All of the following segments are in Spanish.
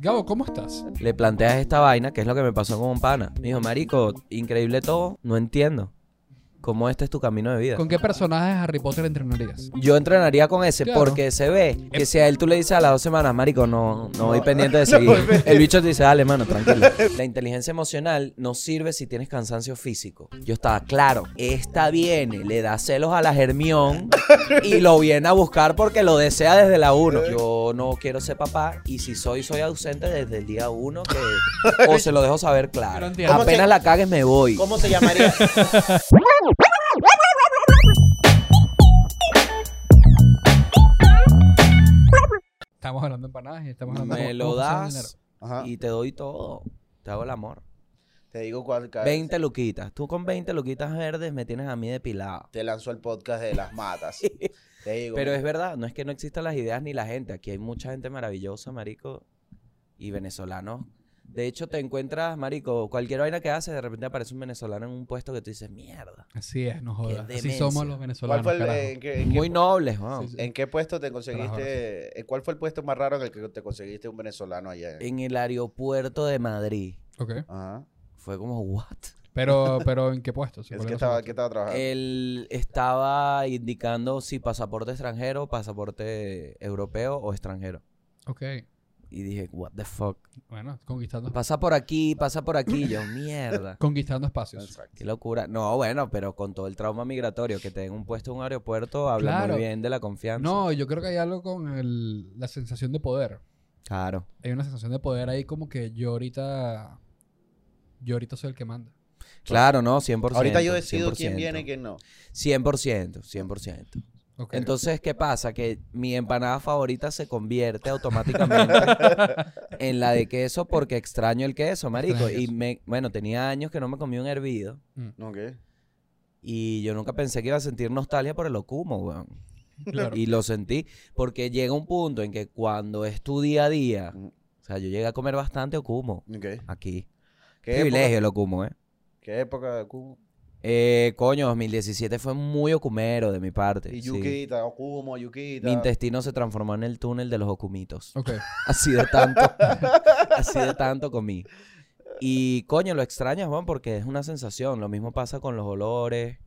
Gabo, ¿cómo estás? Le planteas esta vaina, que es lo que me pasó con un pana. Me dijo, marico, increíble todo, no entiendo. ¿Cómo este es tu camino de vida? ¿Con qué personajes de Harry Potter entrenarías? Yo entrenaría con ese Claro. porque se ve que si a él tú le dices a las dos semanas, marico, no, no voy pendiente de seguir. voy pendiente. el bicho te dice, dale, mano, tranquilo. La inteligencia emocional no sirve si tienes cansancio físico. Yo estaba claro, esta viene, le da celos a la Germión y lo viene a buscar porque lo desea desde la 1. Yo no quiero ser papá y si soy, soy ausente desde el día 1 que o se lo dejo saber Yo no claro. entiendo. Apenas la cagues me voy. ¿Cómo se llamaría? Estamos hablando de empanadas y estamos hablando de Me cómo- lo cómo funciona el das Ajá. y te doy todo. Te hago el amor. Te digo cuál cada- 20 luquitas. Tú con 20 luquitas verdes me tienes a mí depilado. Te lanzó el podcast de las matas. Te digo. Pero es verdad, no es que no existan las ideas ni la gente. Aquí hay mucha gente maravillosa, marico, y venezolanos. De hecho, te encuentras, marico, cualquier vaina que haces, de repente aparece un venezolano en un puesto que tú dices, mierda. dinero. Así es, no jodas. Así demencia. somos los venezolanos. ¿Cuál fue el, carajo. en, qué, en qué- Muy nobles, wow. Sí, sí. en qué puesto te Carajo, conseguiste? en ¿Cuál fue el puesto más raro en el que te conseguiste un venezolano allá? En el aeropuerto de Madrid. Ok. Ajá. Fue como, what? Pero, pero ¿en qué puesto? Sí, Es ¿cuál que era su estaba, puesto? que estaba trabajando. Eh, Él estaba indicando si pasaporte extranjero, pasaporte europeo o extranjero. Ok. Y dije, what the fuck. Bueno, conquistando, Pasa por aquí, pasa por aquí. Yo, mierda. conquistando espacios. Exacto. Qué locura. No, bueno, pero con todo el trauma migratorio que te den un puesto en un aeropuerto, habla Claro. muy bien de la confianza. No, yo creo que hay algo con el- la sensación de poder. Claro. Hay una sensación de poder ahí como que yo ahorita... Yo ahorita soy el que manda. Claro, no, 100%. Ahorita yo decido 100%. quién viene y quién no. 100%, 100%. Ok. Entonces, ¿qué pasa? Que mi empanada favorita se convierte automáticamente en la de queso porque extraño el queso, marico. Extraño el Y queso. me, bueno, tenía años que no me comí un hervido ¿No qué? y yo nunca pensé que iba a sentir nostalgia por el ocumo, weón. Claro. Y lo sentí porque llega un punto en que cuando es tu día a día, Mm. o sea, yo llegué a comer bastante ocumo ¿Qué? aquí. ¿Qué Privilegio época, el ocumo, ¿eh? ¿Qué época de Cubo? Eh, Coño, 2017 fue muy ocumero de mi parte. Y sí. Yuquita, Cubo, Yuquita. Mi intestino se transformó en el túnel de los ocumitos. Ok. Así de tanto. así de tanto comí. Y coño, lo extrañas, Juan, porque es una sensación. Lo mismo pasa con los olores.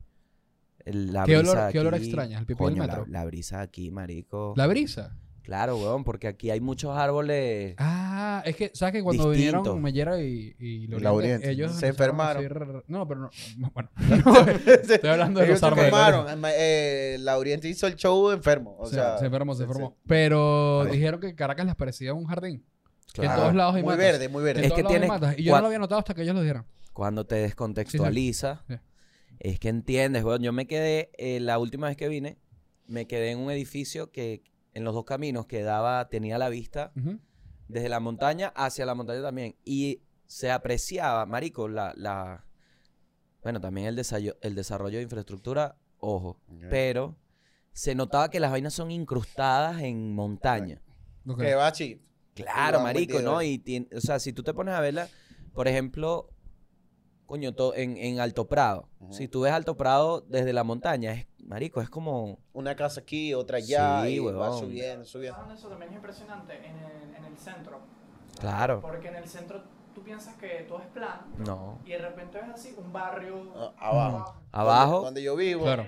el- la ¿Qué brisa olor- qué olor aquí. extrañas? ¿El pipí del Coño, la, metro? la brisa de aquí, marico. La brisa. Claro, weón, porque aquí hay muchos árboles. Ah, es que, ¿sabes que cuando Distinto. vinieron Mellera y, y Y la Oriente, ellos se empezaron a enfermaron. decir- no, pero no. Bueno, no, estoy hablando de Ellos los se árboles. enfermaron. Alma- eh, la Oriente hizo el show enfermo. O se, sea, se enfermó, se se- enfermó. Pero dijeron que Caracas les parecía un jardín. Que en Claro. todos lados hay muy matas. Eh, verde, muy En verde. Es todos que lados hay tiene matas. Y yo no cua- lo había notado hasta que ellos lo dijeron. cuando te descontextualiza, Sí, sí. es que entiendes, weón. Yo me quedé, eh, la última vez que vine, me quedé en un edificio que en los dos caminos que daba, tenía la vista Ujú. desde la montaña hacia la montaña también. Y se apreciaba, marico, la, la bueno, también el, desayo- el desarrollo de infraestructura, ojo. Ok. Pero se notaba que las vainas son incrustadas en montaña. Ok. Que bachi. Claro, Lo han marico, vendido, ¿no? eh. Y tien- o sea, si tú te pones a verla, por ejemplo, coño, to- en, en Alto Prado. Ujú. Si tú ves Alto Prado desde la montaña, es, marico, es como... Una casa aquí, otra allá. Sí, y va huevón. subiendo, subiendo. Ah, Eso también es impresionante en el, en el centro. Claro. Porque en el centro tú piensas que todo es plano No. y de repente ves así un barrio. Ah, Abajo. Donde, Abajo, donde yo vivo. Claro.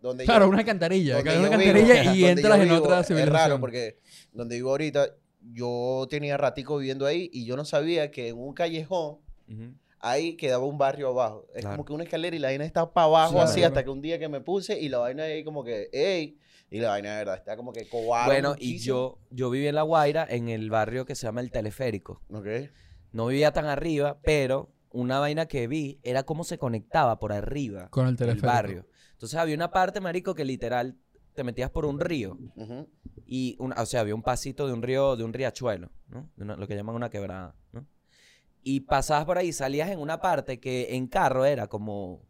Donde Claro, yo, una cantarilla. donde Claro, una yo vivo, cantarilla y donde entras yo en vivo, otra Es civilización. raro porque donde vivo ahorita, yo tenía ratico viviendo ahí y yo no sabía que en un callejón ujú, ahí quedaba un barrio abajo. Es Claro. como que una escalera y la vaina está para abajo Claro. así hasta que un día que me puse y la vaina ahí como que, ey, y la vaina de verdad está como que cobarde. Bueno, y yo, yo viví en La Guaira, en el barrio que se llama El Teleférico. Ok. No vivía tan arriba, pero una vaina que vi era cómo se conectaba por arriba Con el el teleférico. barrio. Entonces había una parte, marico, que literal te metías por un río. Ujú. y una- o sea, había un pasito de un río, de un riachuelo, ¿no? De una- lo que llaman una quebrada, ¿no? Y pasabas por ahí, salías en una parte que en carro era como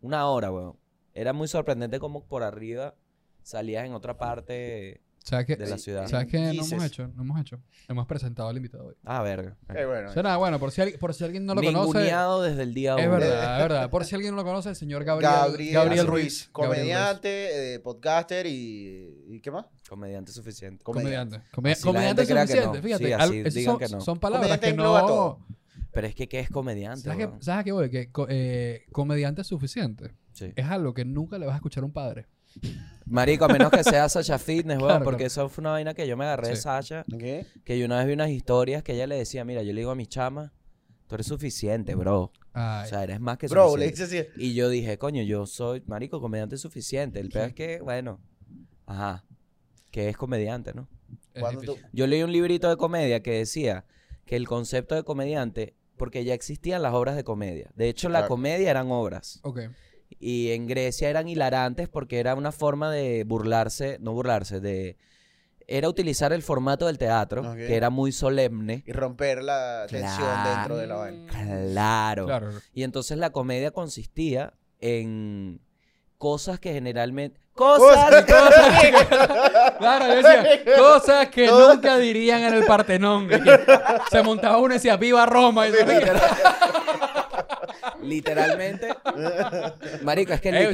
una hora, weón. Era muy sorprendente como por arriba salías en otra parte ¿Sabes qué? de la ciudad. ¿Sabes qué no hemos Jesus. hecho? No hemos hecho. No hemos presentado al invitado hoy. Ah, verga. Eh, bueno, Será, bueno, por si, alguien- por si alguien no lo conoce. Ninguneado desde el día Es uno. verdad, es verdad. Por si alguien no lo conoce, el señor Gabriel, Gabriel, Gabriel Ruiz, Ruiz. Gabriel Ruiz. comediante, eh, podcaster y, y ¿qué más? Comediante suficiente. Comediante. Come- Así la comediante gente crea que no. suficiente, fíjate. Sí, al- así esas digan son, que no. son palabras Comediante que engloba todo. no. Pero es que, ¿qué es comediante? ¿Sabes, weón? qué, ¿Sabes a qué voy? Que co- eh, comediante suficiente Sí. es algo que nunca le vas a escuchar a un padre. Marico, a menos que sea Sasha Fitness, weón, Claro, porque claro. eso fue una vaina que yo me agarré de Sí. Sasha, ¿Qué? que yo una vez vi unas historias que ella le decía, mira, yo le digo a mi chama, tú eres suficiente, bro. O Ay, sea, eres más que Bro, le suficiente. dice así. Y yo dije, coño, yo soy, marico, comediante suficiente. El peor es que, bueno, ajá, que es comediante, ¿no? es cuando difícil. Yo leí un librito de comedia que decía que el concepto de comediante, porque ya existían las obras de comedia. De hecho, la Claro. comedia eran obras. Ok. Y en Grecia eran hilarantes porque era una forma de burlarse, no burlarse, de... Era utilizar el formato del teatro, Ok. que era muy solemne. Y romper la tensión Claro. dentro de la vaina. Claro. Claro. Y entonces la comedia consistía en cosas que generalmente... Cosas, Claro, yo decía cosas que nunca dirían en el Partenón. que- que se montaba uno y decía, viva Roma. Y literalmente... Marico, es que Eh, literalmente...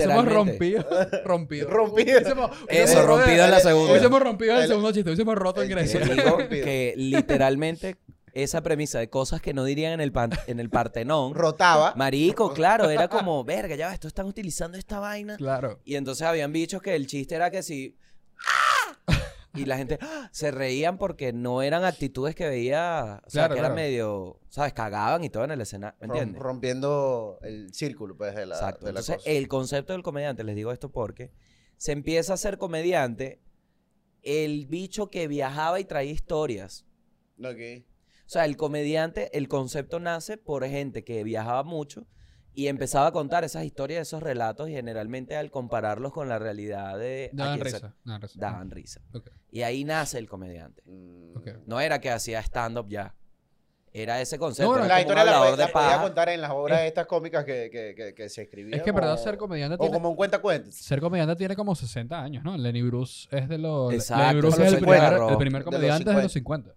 hubiésemos rompido. Rompido. Rompido. Hubiésemos- Eso, hubiésemos- rompido en la eh, segunda. Hubiésemos rompido en el El- segundo chiste. Hubiésemos roto en el- Te Grecia. Sí. digo Estúpido. que literalmente esa premisa de cosas que no dirían en el, pan- en el Partenón. Rotaba. Marico, claro, era como, verga, ya va, estos están utilizando esta vaina. Claro. Y entonces habían bichos que el chiste era que si... Y la gente ¡ah! se reían porque no eran actitudes que veía, o sea, Claro, que eran claro. medio, ¿sabes? Cagaban y todo en el escenario, ¿me rom- entiendes? rompiendo el círculo, pues, de la, Exacto. de la Entonces, cosa. el concepto del comediante, les digo esto porque se empieza a ser comediante el bicho que viajaba y traía historias. Ok. O sea, el comediante, el concepto nace por gente que viajaba mucho y empezaba a contar esas historias, esos relatos, y generalmente al compararlos con la realidad de... a Daban quien se- risa. Daban risa. Daban risa. Ok. Y ahí nace el comediante. Mm. Ok. No era que hacía stand-up ya. Era ese concepto. No, era Pero la como historia un la, hablador la de podía paja. contar en las obras estas cómicas que, que, que, que se escribían. Es que en o- verdad ser comediante O tiene... como un cuenta cuentas. Ser comediante tiene como 60 años, ¿no? Lenny Bruce es de los... Exacto, Lenny Bruce de los es el primer, 50. el primer De los comediante es de los 50.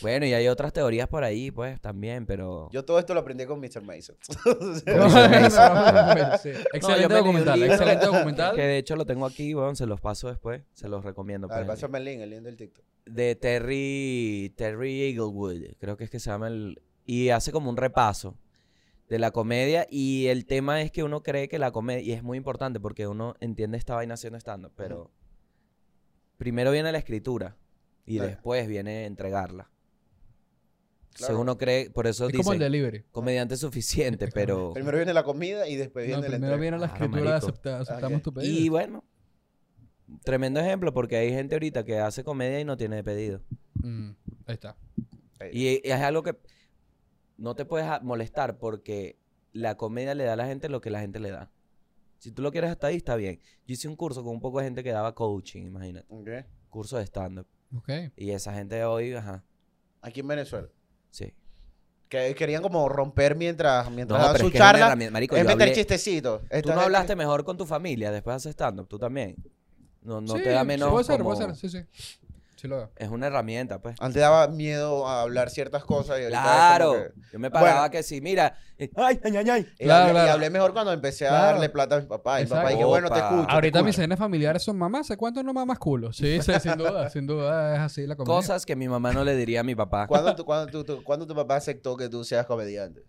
Bueno, y hay otras teorías por ahí, pues, también, pero... Yo todo esto lo aprendí con Mr. Mason. No, no, no, no, sí. yo Excelente me leí un documental, libro. excelente Que documental. de hecho lo tengo aquí, weón, se los paso después, se los recomiendo. Al pues. paso el link, el link del TikTok. de Terry Terry Eaglewood, creo que es que se llama el y hace como un repaso de la comedia y el tema es que uno cree que la comedia y es muy importante porque uno entiende esta vaina haciendo stand up, pero primero viene la escritura y Claro. después viene entregarla. Según Claro. uno cree, por eso Es como el dicen delivery. comediante suficiente, Es como- pero Primero viene la comida y No, después viene la primero entrega. viene la Claro, escritura de marico. acepta- aceptamos Ok. tu pedido. y bueno, tremendo ejemplo porque hay gente ahorita que hace comedia y no tiene pedido. Mm, ahí está. Y es algo que no te puedes a- molestar porque la comedia le da a la gente lo que la gente le da. Si tú lo quieres hasta ahí, está bien. Yo hice un curso con un poco de gente que daba coaching, imagínate. Ok. Curso de stand-up. Ok. Y esa gente hoy, ajá, Aquí en Venezuela. sí. Que querían como romper mientras, mientras No, daban pero su es que es una charla. herramienta, marico, Es yo meter hablé- chistecitos. Tú no hablaste mejor con tu familia después de hacer stand-up, tú también. No, no Sí, te da menos Puede ser, como- puede ser, sí, sí. Sí lo veo. Es una herramienta, pues. Antes daba miedo a hablar ciertas cosas. Y ahorita es Claro. como que- Yo me paraba Bueno. que sí, mira. eh, Ay, ay, ay, ay. Y, Claro, hablé, y claro. hablé mejor cuando empecé a Claro. darle plata a mi papá. Y mi papá Exacto. dije, bueno, te Opa. escucho. te Ahorita mis escucho. cenas familiares son mamás, ¿hace cuánto no mamas culo? Sí, sí, sin duda, sin duda es así la comedia. Cosas que mi mamá no le diría a mi papá. ¿Cuándo tu, cuándo tu- tu- cuándo tu papá aceptó que tú seas comediante?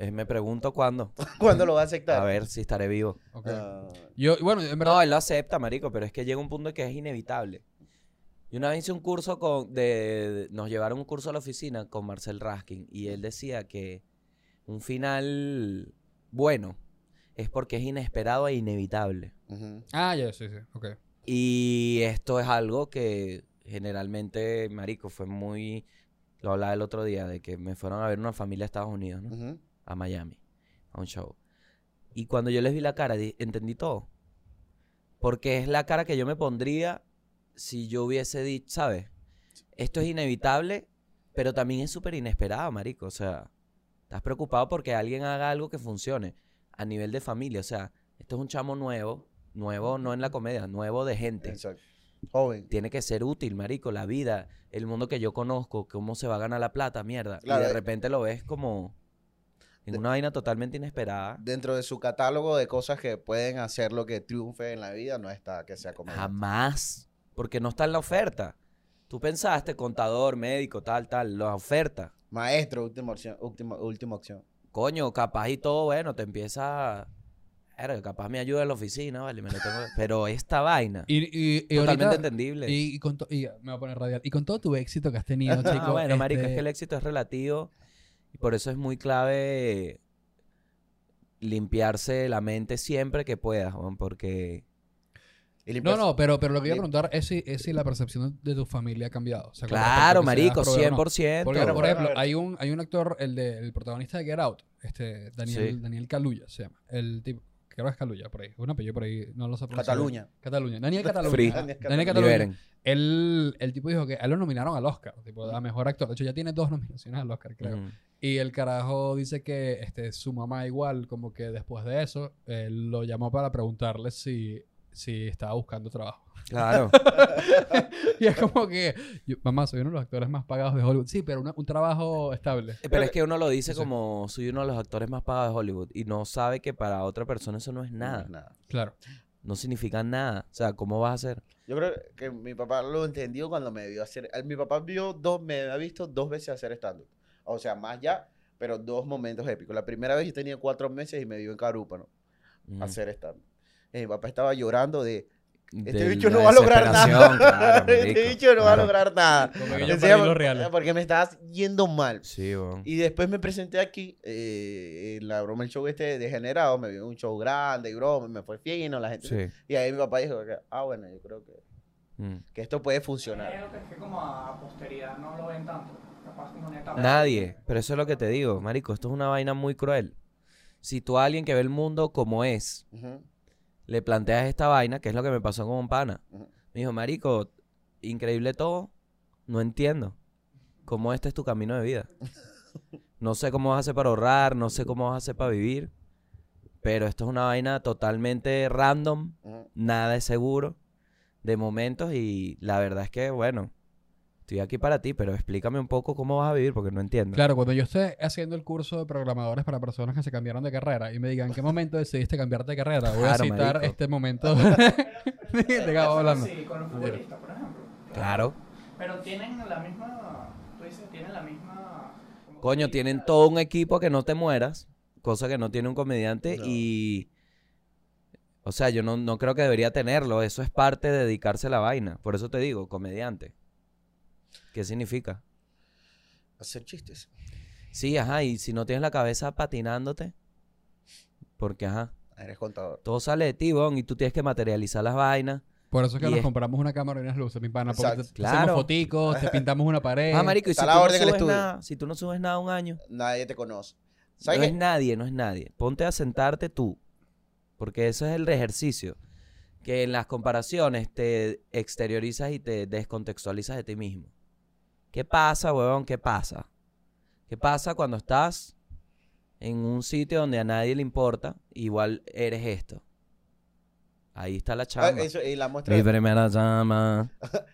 Eh, me pregunto cuándo. ¿Cuándo lo va a aceptar? A ver si estaré vivo. Ok. Ah, Yo, bueno, en verdad, No, él lo acepta, marico, pero es que llega un punto que es inevitable. Y una vez hice un curso con... De, de- nos llevaron un curso a la oficina con Marcel Raskin y él decía que un final bueno es porque es inesperado e inevitable. ujú. Ah, ya, sí, sí. Ok. Y esto es algo que generalmente, marico, fue muy... Lo hablaba el otro día de que me fueron a ver una familia a Estados Unidos, ¿no? Ujú. a Miami, a un show. Y cuando yo les vi la cara, di- entendí todo. Porque es la cara que yo me pondría si yo hubiese dicho, ¿sabes? Esto es inevitable, pero también es súper inesperado, marico. O sea, estás preocupado porque alguien haga algo que funcione a nivel de familia. O sea, esto es un chamo nuevo, nuevo no en la comedia, nuevo de gente. Exacto. Joven. Tiene que ser útil, marico, la vida, el mundo que yo conozco, cómo se va a ganar la plata, mierda. Claro, y de eh, repente lo ves como en de- una vaina totalmente inesperada. Dentro de su catálogo de cosas que pueden hacer lo que triunfe en la vida, no está que sea comediante. Jamás. Porque no está en la oferta. Tú pensaste, contador, médico, tal, tal, la oferta. Maestro, última opción. Última, última opción. Coño, capaz y todo, bueno, te empieza... a- Era, capaz me ayuda en la oficina, vale, me lo tengo... Pero esta vaina, Y, y, y totalmente ahorita- entendible. Y, y con to- y me voy a poner radial. Y con todo tu éxito que has tenido, Ah, chico. bueno, marica, es este, que el éxito es relativo y por eso es muy clave limpiarse la mente siempre que puedas, Juan, porque Y le No, pues, empezó- no, pero, pero lo que iba a Lim- preguntar es si, es si la percepción de tu familia ha cambiado. O sea, con respecto claro, a que marico, seas proveedor o no. Porque, 100%. por Bueno, ejemplo, a ver. hay un, hay un actor, el, de- el protagonista de Get Out, este, Daniel, Sí. Daniel Caluya se llama. El tipo, creo que es Caluya por ahí. Un apellido por ahí, no lo sé pronunciar. Cataluña. Cataluña. Daniel Cataluña. Free. Daniel Daniel Cataluña. Liberen. Él- el tipo dijo que a él lo nominaron al Oscar, tipo, a mejor actor. De hecho, ya tiene dos nominaciones al Oscar, creo. Ujú. Y el carajo dice que este, su mamá igual, como que después de eso, eh, lo llamó para preguntarle si, si estaba buscando trabajo. Claro. y es como que, yo, mamá, soy uno de los actores más pagados de Hollywood. Sí, pero una- un trabajo estable. Pero es que uno lo dice Sí. como soy uno de los actores más pagados de Hollywood y no sabe que para otra persona eso no es nada. Nada. Claro. No significa nada. O sea, ¿cómo vas a hacer? Yo creo que mi papá lo entendió cuando me vio hacer. eh, Mi papá vio dos, me ha visto dos veces hacer stand-up. O sea, más ya, pero dos momentos épicos. La primera vez yo tenía cuatro meses y me vio en Carúpano Ujú. hacer stand-up. Eh, Mi papá estaba llolando de. Este De bicho no la va a lograr nada. desesperación, claro, marico, este bicho no va a claro. lograr nada. Como Claro. que Yo yo Decía, perdí los "Por- reales. Porque me estás yendo mal. Sí, weón. Y después me presenté aquí, eh, en la broma, el show este degenerado, me vio un show grande y broma, me fue fino, la gente. Sí. Y ahí mi papá dijo, que, ah, bueno, yo creo que, Mm. que esto puede Es funcionar. algo que es que como a posteridad no lo ven tanto. Capaz como una etapa. Nadie. Pero eso es lo que te digo, marico. Esto es una vaina muy cruel. Si tú a alguien que ve el mundo como es, Ujú. le planteas esta vaina, que es lo que me pasó con un pana. Ujú. Me dijo, marico, increíble todo. No entiendo cómo este es tu camino de vida. No sé cómo vas a hacer para ahorrar, no sé cómo vas a hacer para vivir. Pero esto es una vaina totalmente random. Ujú. nada es seguro de momentos y la verdad es que, bueno, estoy aquí para ti, pero explícame un poco cómo vas a vivir porque no entiendo. Claro, cuando yo esté haciendo el curso de programadores para personas que se cambiaron de carrera y me digan, ¿en qué momento decidiste cambiarte de carrera? Voy a Claro, citar marico. este momento de de Gabo hablando. Sí, con los futbolistas, por ejemplo. Claro. Pero tienen la misma. Tú dices, tienen la misma. como Coño, que- tienen todo un equipo que no te mueras, cosa que no tiene un comediante No. y... O sea, yo no, no creo que debería tenerlo, eso es parte de dedicarse a la vaina. Por eso te digo, comediante. ¿Qué significa? Hacer chistes. Sí, ajá, y si no tienes la cabeza patinándote, porque ajá, Eres contador. todo sale de ti, bon, y tú tienes que materializar las vainas. Por eso es que Y nos es- compramos una cámara y unas luces, mi pana. Porque Exacto. te- Claro. hacemos foticos, te pintamos una pared. Ah, marico, y si Eh, Está tú, la no orden en el subes estudio. nada, si tú no subes nada un año, Nadie te conoce. no ¿Sabes es qué? nadie, no es nadie. Ponte a sentarte tú, porque eso es el ejercicio. Que en las comparaciones te exteriorizas y te descontextualizas de ti mismo. ¿Qué pasa, huevón? ¿Qué pasa? ¿Qué pasa cuando estás en un sitio donde a nadie le importa? Igual eres esto. Ahí está la Ah, chamba. eso, y la muestra, Mi primera chamba.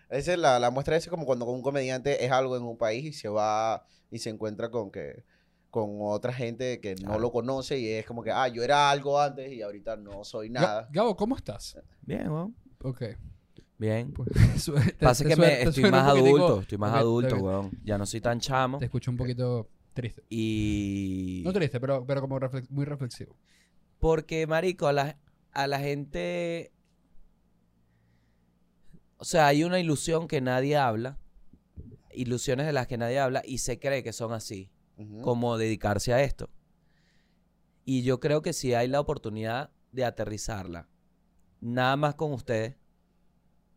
esa es la, la muestra es como cuando un comediante es algo en un país y se va y se encuentra con que con otra gente que no Claro. lo conoce y es como que, ah, yo era algo antes y ahorita no soy Ga- nada. Gabo, ¿cómo estás? Bien, huevón. Ok. Bien. Pues, suena- te- Pasa te que suena- me, te estoy suena más un poquitico- adulto, estoy más ok, adulto, ok. weón. Ya no soy tan chamo. Te escucho un poquito triste. Y... No triste, pero, pero como reflex- muy reflexivo. Porque, marico, a la, a la gente... O sea, hay una ilusión que nadie habla. Ilusiones de las que nadie habla y se cree que son así. Ujú. Como dedicarse a esto. Y yo creo que si hay la oportunidad de aterrizarla, nada más con ustedes,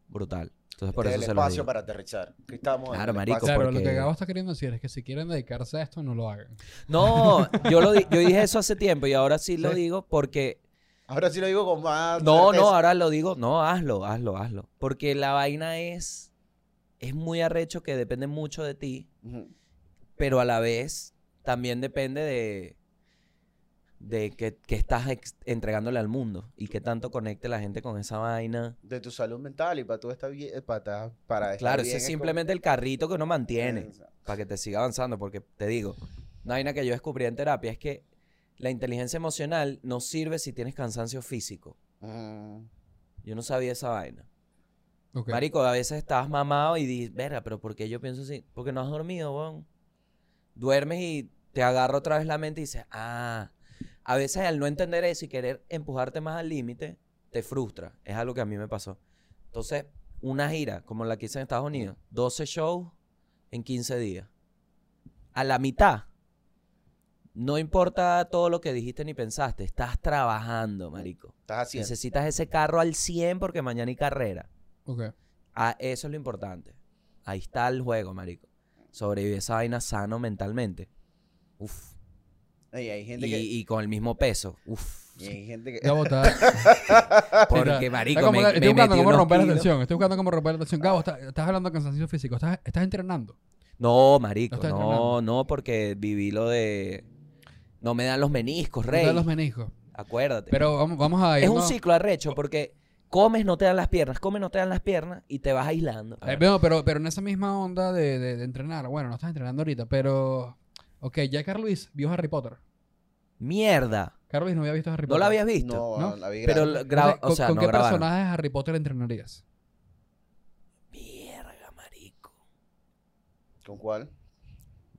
brutal. Entonces por Este es eso se el los espacio digo. para aterrizar. Aquí estamos en Claro, el marico, espacio. Claro, lo porque- que Gabo está queriendo decir es que si quieren dedicarse a esto, no lo hagan. No, yo, lo di- yo dije eso hace tiempo y ahora sí lo Sí. digo porque Ahora sí lo digo con más. No, no, certeza. ahora lo digo, no, hazlo, hazlo, hazlo. Porque la vaina es, es muy arrecho que depende mucho de ti, Ujú. pero a la vez también depende de... de que, que estás ex- entregándole al mundo y que tanto conecte la gente con esa vaina. De tu salud mental y para tú estar bien, para, ta- para estar Claro, bien ese es como- simplemente el carrito que uno mantiene Exacto. para que te siga avanzando, porque te digo, una vaina que yo descubrí en terapia es que la inteligencia emocional no sirve si tienes cansancio físico. Mm. Yo no sabía esa vaina. Ok. Marico, a veces estás mamado y dices, verga, pero ¿por qué yo pienso así? Porque no has dormido, weón. Duermes y te agarra otra vez la mente y dices, ah. A veces al no entender eso y querer empujarte más al límite, te frustra. Es algo que a mí me pasó. Entonces, una gira como la que hice en Estados Unidos, 12 shows en 15 días. A la mitad. No importa todo lo que dijiste ni pensaste, estás trabajando, marico. Estás haciendo. Necesitas ese carro al 100 porque mañana hay carrera. Ok. Ah, eso es lo importante. Ahí está el juego, marico. Sobrevive esa vaina sano mentalmente. Uf. Y hay gente Y, que. y con el mismo peso. Uf. y hay gente que. Gabo está. está- Porque, está marico, como me, la- me estoy buscando metí cómo unos romper la kilos. tensión. Estoy buscando cómo romper la tensión. Gabo, está- estás hablando de cansancio físico. Estás, estás entrenando. No, marico, No estás no, entrenando. no, porque viví lo de... No me dan los meniscos, Te rey. dan los meniscos. Acuérdate. Pero vamos, vamos a ir. es un ciclo arrecho porque comes, no te dan las piernas, comes, no te dan las piernas y te vas aislando. Eh, no, pero, pero en esa misma onda de, de- de entrenar. Bueno, no estás entrenando ahorita, pero. Ok, ya Carl Luis vio Harry Potter. Mierda. Carl Luis no había visto Harry ¿No Potter. lo habías visto? No, ¿No? la vi Pero grande. lo- gra- Entonces, o sea, ¿Con, no con qué grabaron. personajes de Harry Potter entrenarías? Mierda, marico. ¿Con cuál?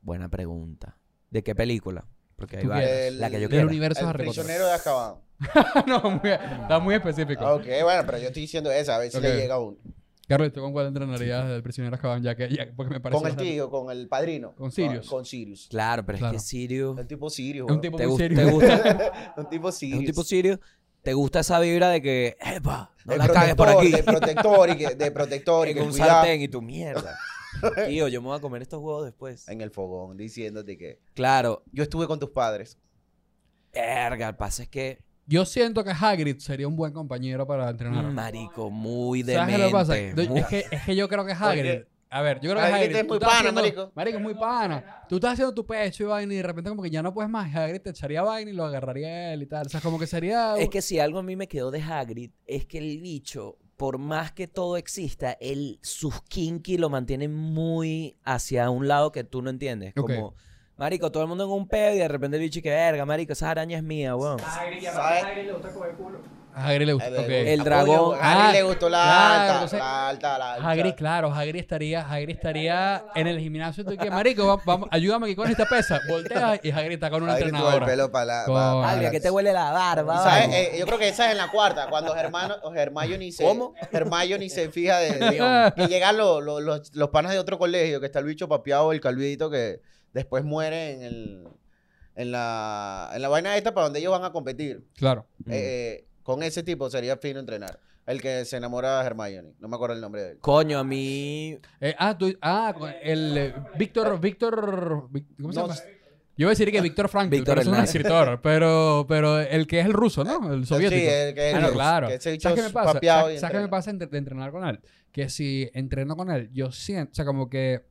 Buena pregunta. ¿De qué película? Porque hay Tú varias. quieres. La que yo El Del quiera. universo de El Harry Potter. prisionero de Azkaban. Ah, no, muy- está muy específico. Ah, Ok, bueno, pero yo estoy diciendo esa, a ver si Ok. le llega uno. Carlos, ¿tú con cuál entrenarías del prisionero Azkaban? Ya que, ya, porque me parece Con el bastante- tío, con el padrino. Con Sirius. Con, con Sirius. Claro, pero Claro. es que Sirius. Un tipo Es Sirius. un weón. tipo ¿Te, muy gu- serio. te gusta? un tipo es Sirius. un tipo Sirius. ¿Te gusta esa vibra de que. ¡Epa! No De la cagues por protector, aquí. De protector y que, de protector y En que un cuidado. sartén y tu mierda. Tío, yo me voy a comer estos huevos después. En el fogón, diciéndote que Claro. yo estuve con tus padres. Verga, el pasa es que. Yo siento que Hagrid sería un buen compañero para entrenar. Marico, muy ¿Sabes qué lo que pasa? Mm, demente. Yo- muy- Es que, es que yo creo que Hagrid. Porque- A ver, yo creo que Hagrid Hagrid. es tú muy estás pana, haciendo- marico. Marico, es muy pana. Tú estás haciendo tu pecho y vaina y de repente como que ya no puedes más. Hagrid te echaría vaina y lo agarraría él y tal. O sea, como que sería. Es que si algo a mí me quedó de Hagrid es que el bicho, por más que todo exista, él, sus kinky lo mantiene muy hacia un lado que tú no entiendes. Ok. Como, marico, todo el mundo en un pedo y de repente el bicho y que verga, marico, esa araña es mía, weón. Agri, ya ¿Sabe? Agri le gusta coger culo. A Hagrid le gusta. Ay, de- ok. El apoyo, dragón. A Ah, Harry le gustó la claro, alta, entonces- la alta, la alta. Hagrid, claro, Hagrid estaría, Hagrid estaría en el gimnasio. Tú que, marico, va- vamos, ayúdame aquí con esta pesa. Voltea y Hagrid está con una Hagrid tuvo el entrenadora. pelo para la... Con- pa- pa' Hagrid, ¿a la- qué te huele la barba? Y ¿sabes? vale? Eh, yo creo que esa es en la cuarta, cuando Hermano, o Hermione se, ¿Cómo? Hermione se fija de, de- que llegan los- los- los, los panas de otro colegio, que está el bicho papeado, el calvidito, que después muere en el en la, en la vaina esta para donde ellos van a competir. Claro. Mm. Eh, eh, con ese tipo sería fino entrenar. El que se enamora de Hermione, no me acuerdo el nombre de él. Coño, a mí. Eh, ah, tú, ah, con el eh, Víctor, Víctor, Vic- ¿cómo se No llama? sé. Yo iba a decir que Víctor Frankl, Víctor pero es un Hernández. escritor, pero, pero el que es el ruso, ¿no? El soviético. Sí, el que, Ah, no, el- claro. que ese bicho ¿Sabes qué me es pasa? papeado ¿Sabes y sabes qué me entrena. pasa entre- de entrenar con él? Que si entreno con él, yo siento, o sea, como que,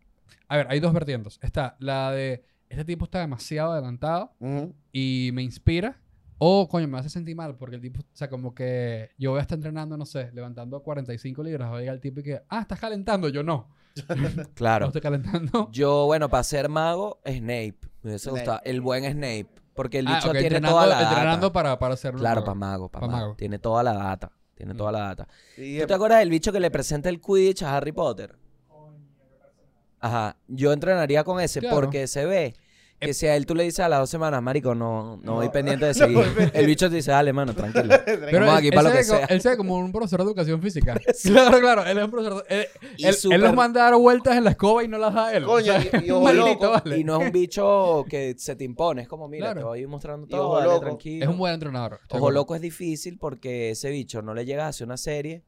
a ver, hay dos vertientes. Está la de, este tipo está demasiado adelantado Ujú. y me inspira, o, coño, me hace sentir mal, porque el tipo, o sea, como que yo voy a estar entrenando, no sé, levantando 45 libras, va a llegar el tipo y que, ah, estás calentando, yo no, no Claro. estoy calentando. Yo, bueno, para ser mago, Snape. Me hubiese Snape. gustado. El buen Snape. Porque el Ah, bicho ok, tiene entrenando, toda la data. entrenando para, para hacerlo. Claro, para mago, para Pa' mago. mago. Tiene toda la data. Tiene Mm. toda la data. Y ¿Tú te acuerdas del bicho que le presenta el Quidditch a Harry Potter? Ajá, yo entrenaría con ese Claro. Eh. porque se ve que si a él tú le dices a las dos semanas, marico, no, no, No. voy pendiente de No seguir. voy pendiente. el bicho te dice, dale, mano, tranquilo. Pero Vamos él, aquí él para se lo que ve co- sea. él se ve como un profesor de educación física. claro, claro. Él es un profesor. de- Él, Y él- él súper- los manda a dar vueltas en la escoba y no las da él. Coño, sea, y- y es ojo maldito, loco, vale. Y no es un bicho que se te impone, es como, mira, Claro. te voy a ir mostrando Y todo, Ojo dale, Loco. tranquilo. Es un buen entrenador. estoy de Ojo acuerdo. loco es difícil porque ese bicho no le llega a hacer una serie.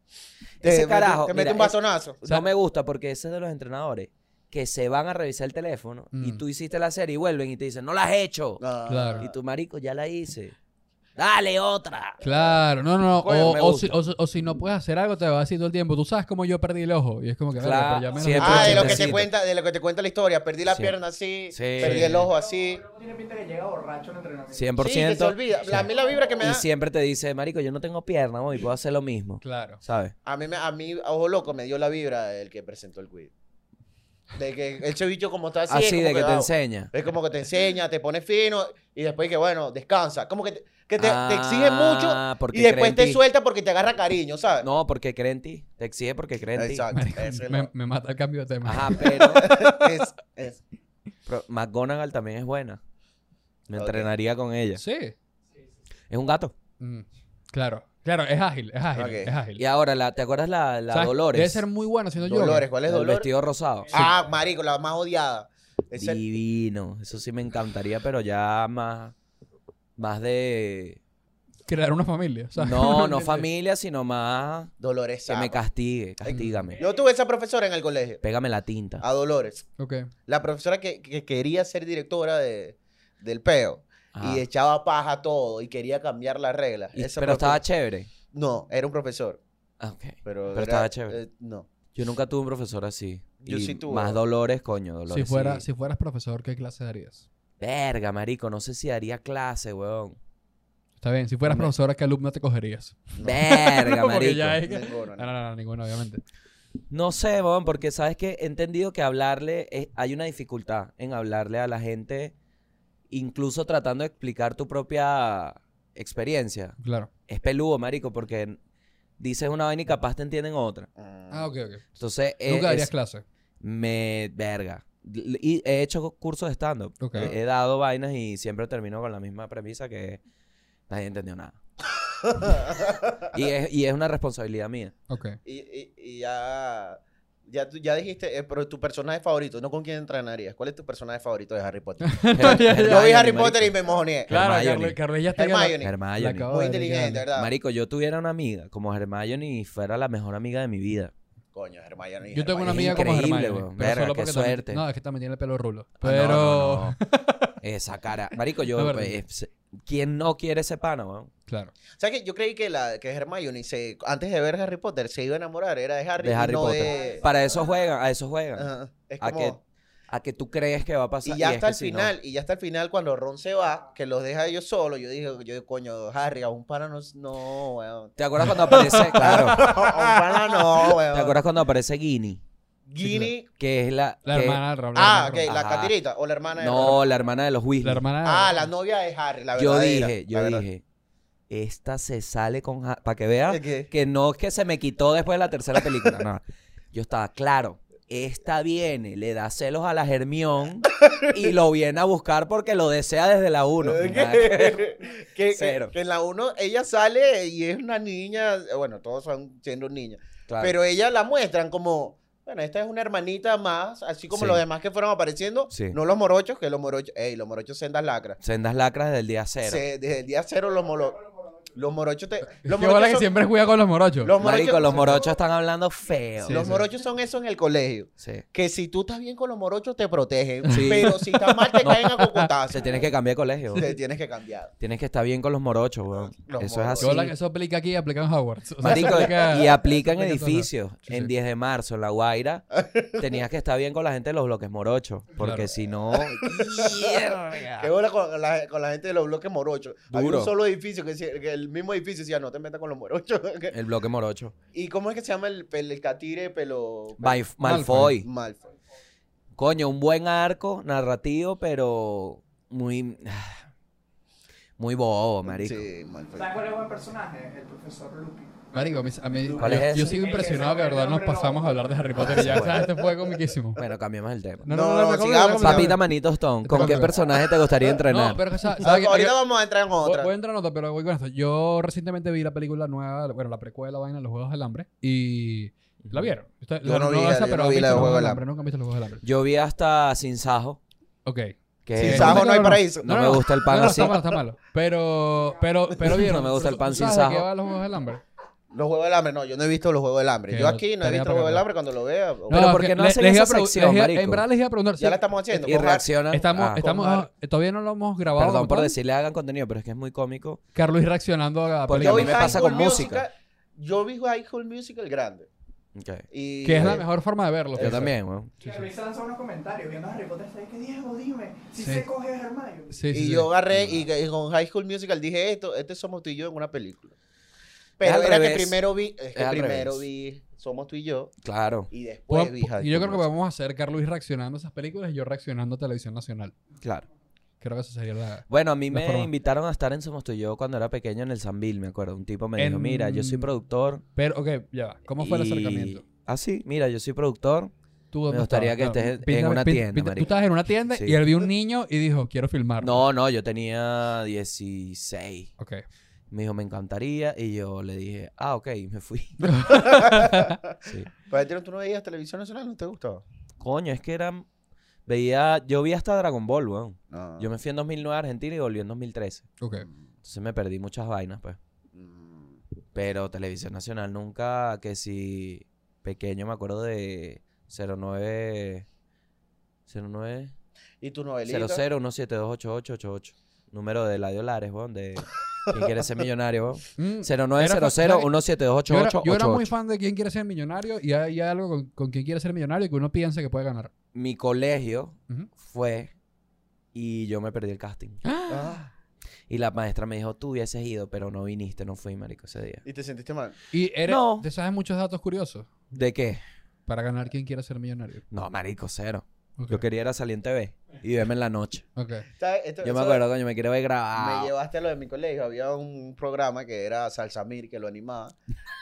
te, Ese mete- carajo, te mira, mete un es- bastonazo. no me gusta porque ese es de los entrenadores que se van a revisar el teléfono y Mm. tú hiciste la serie y vuelven y te dicen, no la has hecho. Ah. Claro. Y tu marico, ya la hice. Dale otra. Claro, no, no. Coño, O, me o gusta. si, o si- o si no puedes hacer algo, te va a decir todo el tiempo. Tú sabes cómo yo perdí el ojo. Y es como que, verga, Claro, pero ya me lo- siempre. Ah, de lo que te chistecito. cuenta, de lo que te cuenta la historia. Perdí la Sí. pierna así, Sí. perdí el ojo así. Luego tiene pinta que llega borracho al entrenamiento. 100%. Sí, que se olvida. La- a mí la vibra que me da. Y siempre te dice, marico, yo no tengo pierna y puedo hacer lo mismo. Claro. ¿Sabes? A mí, me- a mí, a ojo loco, me dio la vibra el que presentó el quiz. De que el cevicho como está así. es Así como de que te ah, enseña. Es como que te enseña, te pone fino y después que bueno, descansa. Como que te, que te- te exige mucho Ah, porque y después cree en te ti. suelta porque te agarra cariño, ¿sabes? No, porque cree en ti. Te exige porque cree en ti. Exacto. Marico, ese es me, lo- me mata el cambio de tema. Ajá, pero, es- es- pero McGonagall también es buena. Me Ok. entrenaría con ella. Sí. Es un gato. Mm, Claro. Claro, es ágil, es ágil, Ok. es ágil. Y ahora, la, ¿te acuerdas la, la ¿Sabes? Dolores? Debe ser muy bueno haciendo yoga. Dolores, ¿cuál es El Dolores? vestido rosado. Ah, marico, la más odiada. Es el- Divino. Eso sí me encantaría, pero ya más, más de... Crear una familia, ¿sabes? No, no familia, sino más Dolores. que me Saba. castigue. Castígame. Yo tuve esa profesora en el colegio, Pégame la tinta. a Dolores. Ok. La profesora que, que quería ser directora de, del peo. Ajá. Y echaba paja todo y quería cambiar las reglas. Ah, Y- Esa pero profe- estaba chévere. No, era un profesor. Ah, ok. Pero, Pero era- estaba chévere. eh, no. Yo nunca tuve un profesor así. Yo Y sí tuve. Más dolores, coño, Si, dolores. fuera, sí. si fueras profesor, ¿qué clase darías? Verga, marico, no sé si daría clase, weón. Está bien, si fueras profesora, ¿qué alumna te cogerías? Verga, Porque marico. ya es que- Ninguno, Ah, No, no, no, ninguno, obviamente. No sé, weón, porque sabes que he entendido que hablarle, es- hay una dificultad en hablarle a la gente, incluso tratando de explicar tu propia experiencia. Claro. Es peludo, marico, porque dices una vaina y capaz te entienden otra. Ah, ok, ok. Entonces, es- Nunca darías Eh, es- clase. me verga. L- Y he hecho cursos de stand-up. Ok. He, he dado vainas y siempre termino con la misma premisa que nadie entendió nada. y, es, y es una responsabilidad mía. Ok. Y, y- y ya, ya, tú- ya dijiste, eh, pero tu personaje favorito, ¿no con quién entrenarías? ¿Cuál es tu personaje favorito de Harry Potter? Yo vi Harry Potter y me mojoneé. Claro, Hermione. Carle- Carle ya está. Hermione. La Hermione. acabo Muy de ver, inteligente, ya. ¿verdad? Marico, yo tuviera una amiga como Hermione y fuera la mejor amiga de mi vida. Coño, Hermione. Yo tengo una Es amiga como increíble, Hermione. weón. pero Verga, solo qué porque también- suerte. no, es que también tiene el pelo rulo. Ah, no, Pero... no, no. Esa cara. Marico, Es yo... verdad. es- ¿Quién no quiere ese pana, weón? Claro. ¿Sabes qué? Yo creí que, la, que Hermione, se, antes de ver Harry Potter, se iba a enamorar. Era de Harry, De y Harry no Potter. de... Para eso juegan, a eso juegan. Ajá. Es A como- que- A que tú crees que va a pasar. Y ya es hasta que el si no- final, y ya hasta el final, cuando Ron se va, que los deja ellos solos, yo dije, yo digo, coño, Harry, a un pana no, no, weón. ¿Te acuerdas cuando aparece? Claro. A un pana no, ¿Te weón. acuerdas cuando aparece Guinea? Guinea- Que es la. La que- hermana del Ah, ok, la Ajá. catirita, o la hermana de No, la hermana de los Weasley. La hermana de- Ah, la novia de Harry, la yo verdad. dije, yo dije, esta se sale con. Para que veas que no es que se me quitó después de la tercera película. No. Yo estaba claro. Esta viene, le da celos a la Germión y lo viene a buscar porque lo desea desde la 1. que, que- Cero. que en la 1 ella sale y es una niña, bueno, todos son siendo niñas, pero ella la muestran como, bueno, esta es una hermanita más, así como Sí. los demás que fueron apareciendo, Sí. no los morochos, que los morochos, ey, los morochos sendas lacras. Sendas lacras del día cero. Se- desde el día cero los, molo- los morochos te... Qué Los bola que morochos, son, siempre juega con los morochos. los morochos- Marico, los morochos están hablando feo. Sí, los sí. morochos son eso en el colegio. Sí. Que si tú estás bien con los morochos te protegen, Sí. pero si estás mal te No. caen a cocotazos. Se tienes que cambiar de colegio. Te tienes que cambiar. Tienes que estar bien con Ah, los morochos, weón. Los Eso morochos. Qué bola es que así. eso aplica aquí y aplica en Hogwarts. O sea, Marico, eso aplica- y aplican eso aplica en todos edificios. Sí, en sí. 10 de marzo, en La Guaira, tenías que estar bien con la gente de los bloques morochos. Porque Claro. si no. Qué bola con la, con la gente de los bloques morochos. Hay Ah. Duro. un solo edificio, que, decía- que el mismo edificio decía, no te metas con los morochos. El bloque morocho. ¿Y cómo es que se llama el, pel- el catire pelo? Mal- Malfoy. Malfoy. Malfoy. Coño, un buen arco narrativo, pero muy. Muy bobo, marico. Sí, Malfoy. ¿Sabes cuál es buen personaje? El profesor Lupi. Marico, a mí, a mí- ¿Cuál es yo, yo ese? sigo impresionado que de verdad nos pasamos a hablar de Harry Potter y ya, ¿sabes? Este fue comiquísimo. Bueno, cambiamos el tema. No, no, no, No, no, me acabo de- sigamos, me acabo de- Papita Manitos Stone, ¿con qué Espérame. personaje te gustaría entrenar? No, pero que sa- ¿sabes Ah, qué? Ahorita Yo- vamos a entrar en voy- otra. Voy a entrar en otra, pero voy con esto. Yo recientemente vi la película nueva, bueno, la precuela, vaina, los Juegos del Hambre, y la vieron. Ustedes- Yo no vi la- han yo no vi la visto de los Juegos Juegos del del Hambre. Nunca han visto los Juegos del Hambre. Yo vi hasta Sin Sajo. Ok. Que Sí, Sin no, Eh, Sajo no hay no, no. paraíso. No me gusta el pan No, no, así. está malo, está malo. Pero, pero, pero vieron. No me gusta el pan ¿Tú sin sabes de sajo. qué va los Juegos del Hambre? Los Juegos del Hambre, no, yo no he visto los Juegos del Hambre. Que Yo aquí no he tarea visto para los Juegos del acá. Hambre cuando lo vea. o- Pero es ¿por qué que no le- hacen les iba esa a pregu- sección, les iba- marico? En verdad les iba a preguntar. ya sí, la estamos haciendo. Y con Har- reaccionan. Estamos, Ah, estamos, Mar. eh, todavía no lo hemos grabado. Perdón como por tal. decirle hagan contenido, pero es que es muy cómico. Carlos reaccionando a la Porque Yo película. a vi mí me High pasa School con música. Musical- Yo vi High School Musical grande. Ok. Y, Que es la mejor forma de verlo. Yo también, weón. Sí, Que sí. Luis lanza unos comentarios viendo a Harry Potter. ¿Sabes qué, Diego? Dime, si Sí. se coge a Hermione. Sí, Y sí, sí. yo agarré y, y con High School Musical dije esto, este somos tú y yo en una película. Es Pero al era que revés. primero vi, es que Es al primero revés. vi Somos tú y yo Claro, y después Podemos- vi High y yo creo School que Musical. podemos hacer Carlos reaccionando a esas películas y yo reaccionando a Televisión Nacional. claro. Creo que eso sería la. Bueno, a mí La me forma. invitaron a estar en Somos tú y yo cuando era pequeño en el Sanville, me acuerdo. Un tipo me dijo, En- mira, yo soy productor. Pero, ok, ya va. ¿Cómo fue el y- acercamiento? Ah, sí, mira, yo soy productor. Tú, Me ¿dónde gustaría estabas? que Claro, estés en una tienda, Tú marico. estabas en una tienda Sí. y él vio un niño y dijo, quiero filmar. No, no, yo tenía 16. Ok. Me dijo, me encantaría. Y yo le dije, ah, ok, y me fui. Sí. Pero, Tino, ¿Tú no veías televisión nacional? ¿No te gustaba? Coño, es que eran... Veía, yo vi hasta Dragon Ball, weón. No. Yo me fui en 2009 a Argentina y volví en 2013. Ok. Entonces me perdí muchas vainas, pues. Mm. Pero Televisión Nacional nunca, que si pequeño me acuerdo de 09 09 ¿Y tu novelita? 0017288888. Número de Ladio Lares, weón, de ¿Quién quiere ser millonario, weón? Mm, yo, era, yo era muy 090017288888. fan de quién quiere ser millonario y hay algo con, con quién quiere ser millonario que uno piensa que puede ganar. Mi colegio Ujú. fue y yo me perdí el casting. Ah, Y la maestra me dijo, tú hubieses ido, pero no viniste, no fui, marico, ese día. ¿Y te sentiste mal? Y eres, No. te sabes muchos datos curiosos ¿De qué? para ganar quién quiere ser millonario. No, marico, cero. Ok. Yo quería era salir en TV y verme en la noche. Ok. ¿Sabes? Esto- Yo me eso acuerdo, Ah. coño, me quiero ver Me grabado. llevaste a lo de mi colegio. Había un programa que era Salsamir, que lo animaba.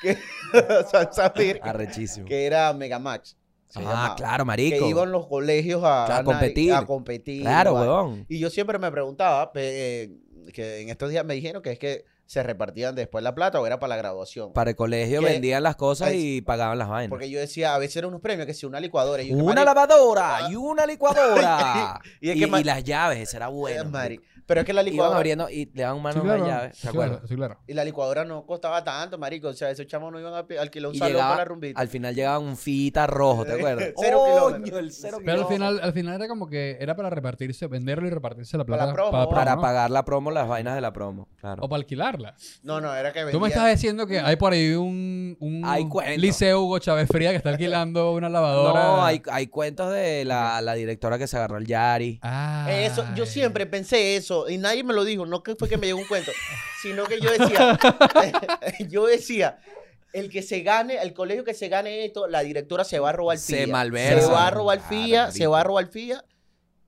Que, Salsamir, Arrechísimo. que era Megamax. se ah, llamaba. claro, Que marico. iban los colegios a, Claro, a nadie- competir. a competir, claro, vale. weón. Y yo siempre me preguntaba, pe- eh, que en estos días me dijeron que es que se repartían después la plata o era para la graduación. Para el colegio Que- vendían las cosas Ay, y pagaban las vainas. Porque yo decía, a veces eran unos premios, que si una licuadora. Y yo, que Una marico, eh, lavadora y una licuadora. Y y, es que ma- y las llaves, ese era eh, bueno. marico. marico. Pero es que la Iban licuadora... abriendo y le daban mano Sí, a las claro. llaves, Sí, ¿te claro, acuerdas? Sí, claro. Y la licuadora no costaba tanto, marico. O sea, esos chamos no iban a pe- alquilar un Y salón llegaba- para la rumbita. al final llegaba un fita rojo, ¿te acuerdas? Cero Coño, kilómetros. el cero Pero al kilómetros. final, al final era como que era para repartirse, venderlo y repartirse la Para plata. la promo, para, Para ¿no? pagar la promo, las vainas de la promo. Claro. O para alquilarla. No, no, era que vendía... Tú me estás diciendo que hay por ahí un, un Hay cuento. liceo Hugo Chávez Fría que está alquilando una lavadora. No, hay, hay cuentos de la, la directora que se agarró el Yari. Ah. Eso, yo siempre pensé eso y nadie me lo dijo, no que fue que me llegó un cuento, sino que yo decía, yo decía, el que se gane, el colegio que se gane esto, la directora se va a robar Se fía. malversa. Se va a robar Claro, fía, se marico. va a robar fía.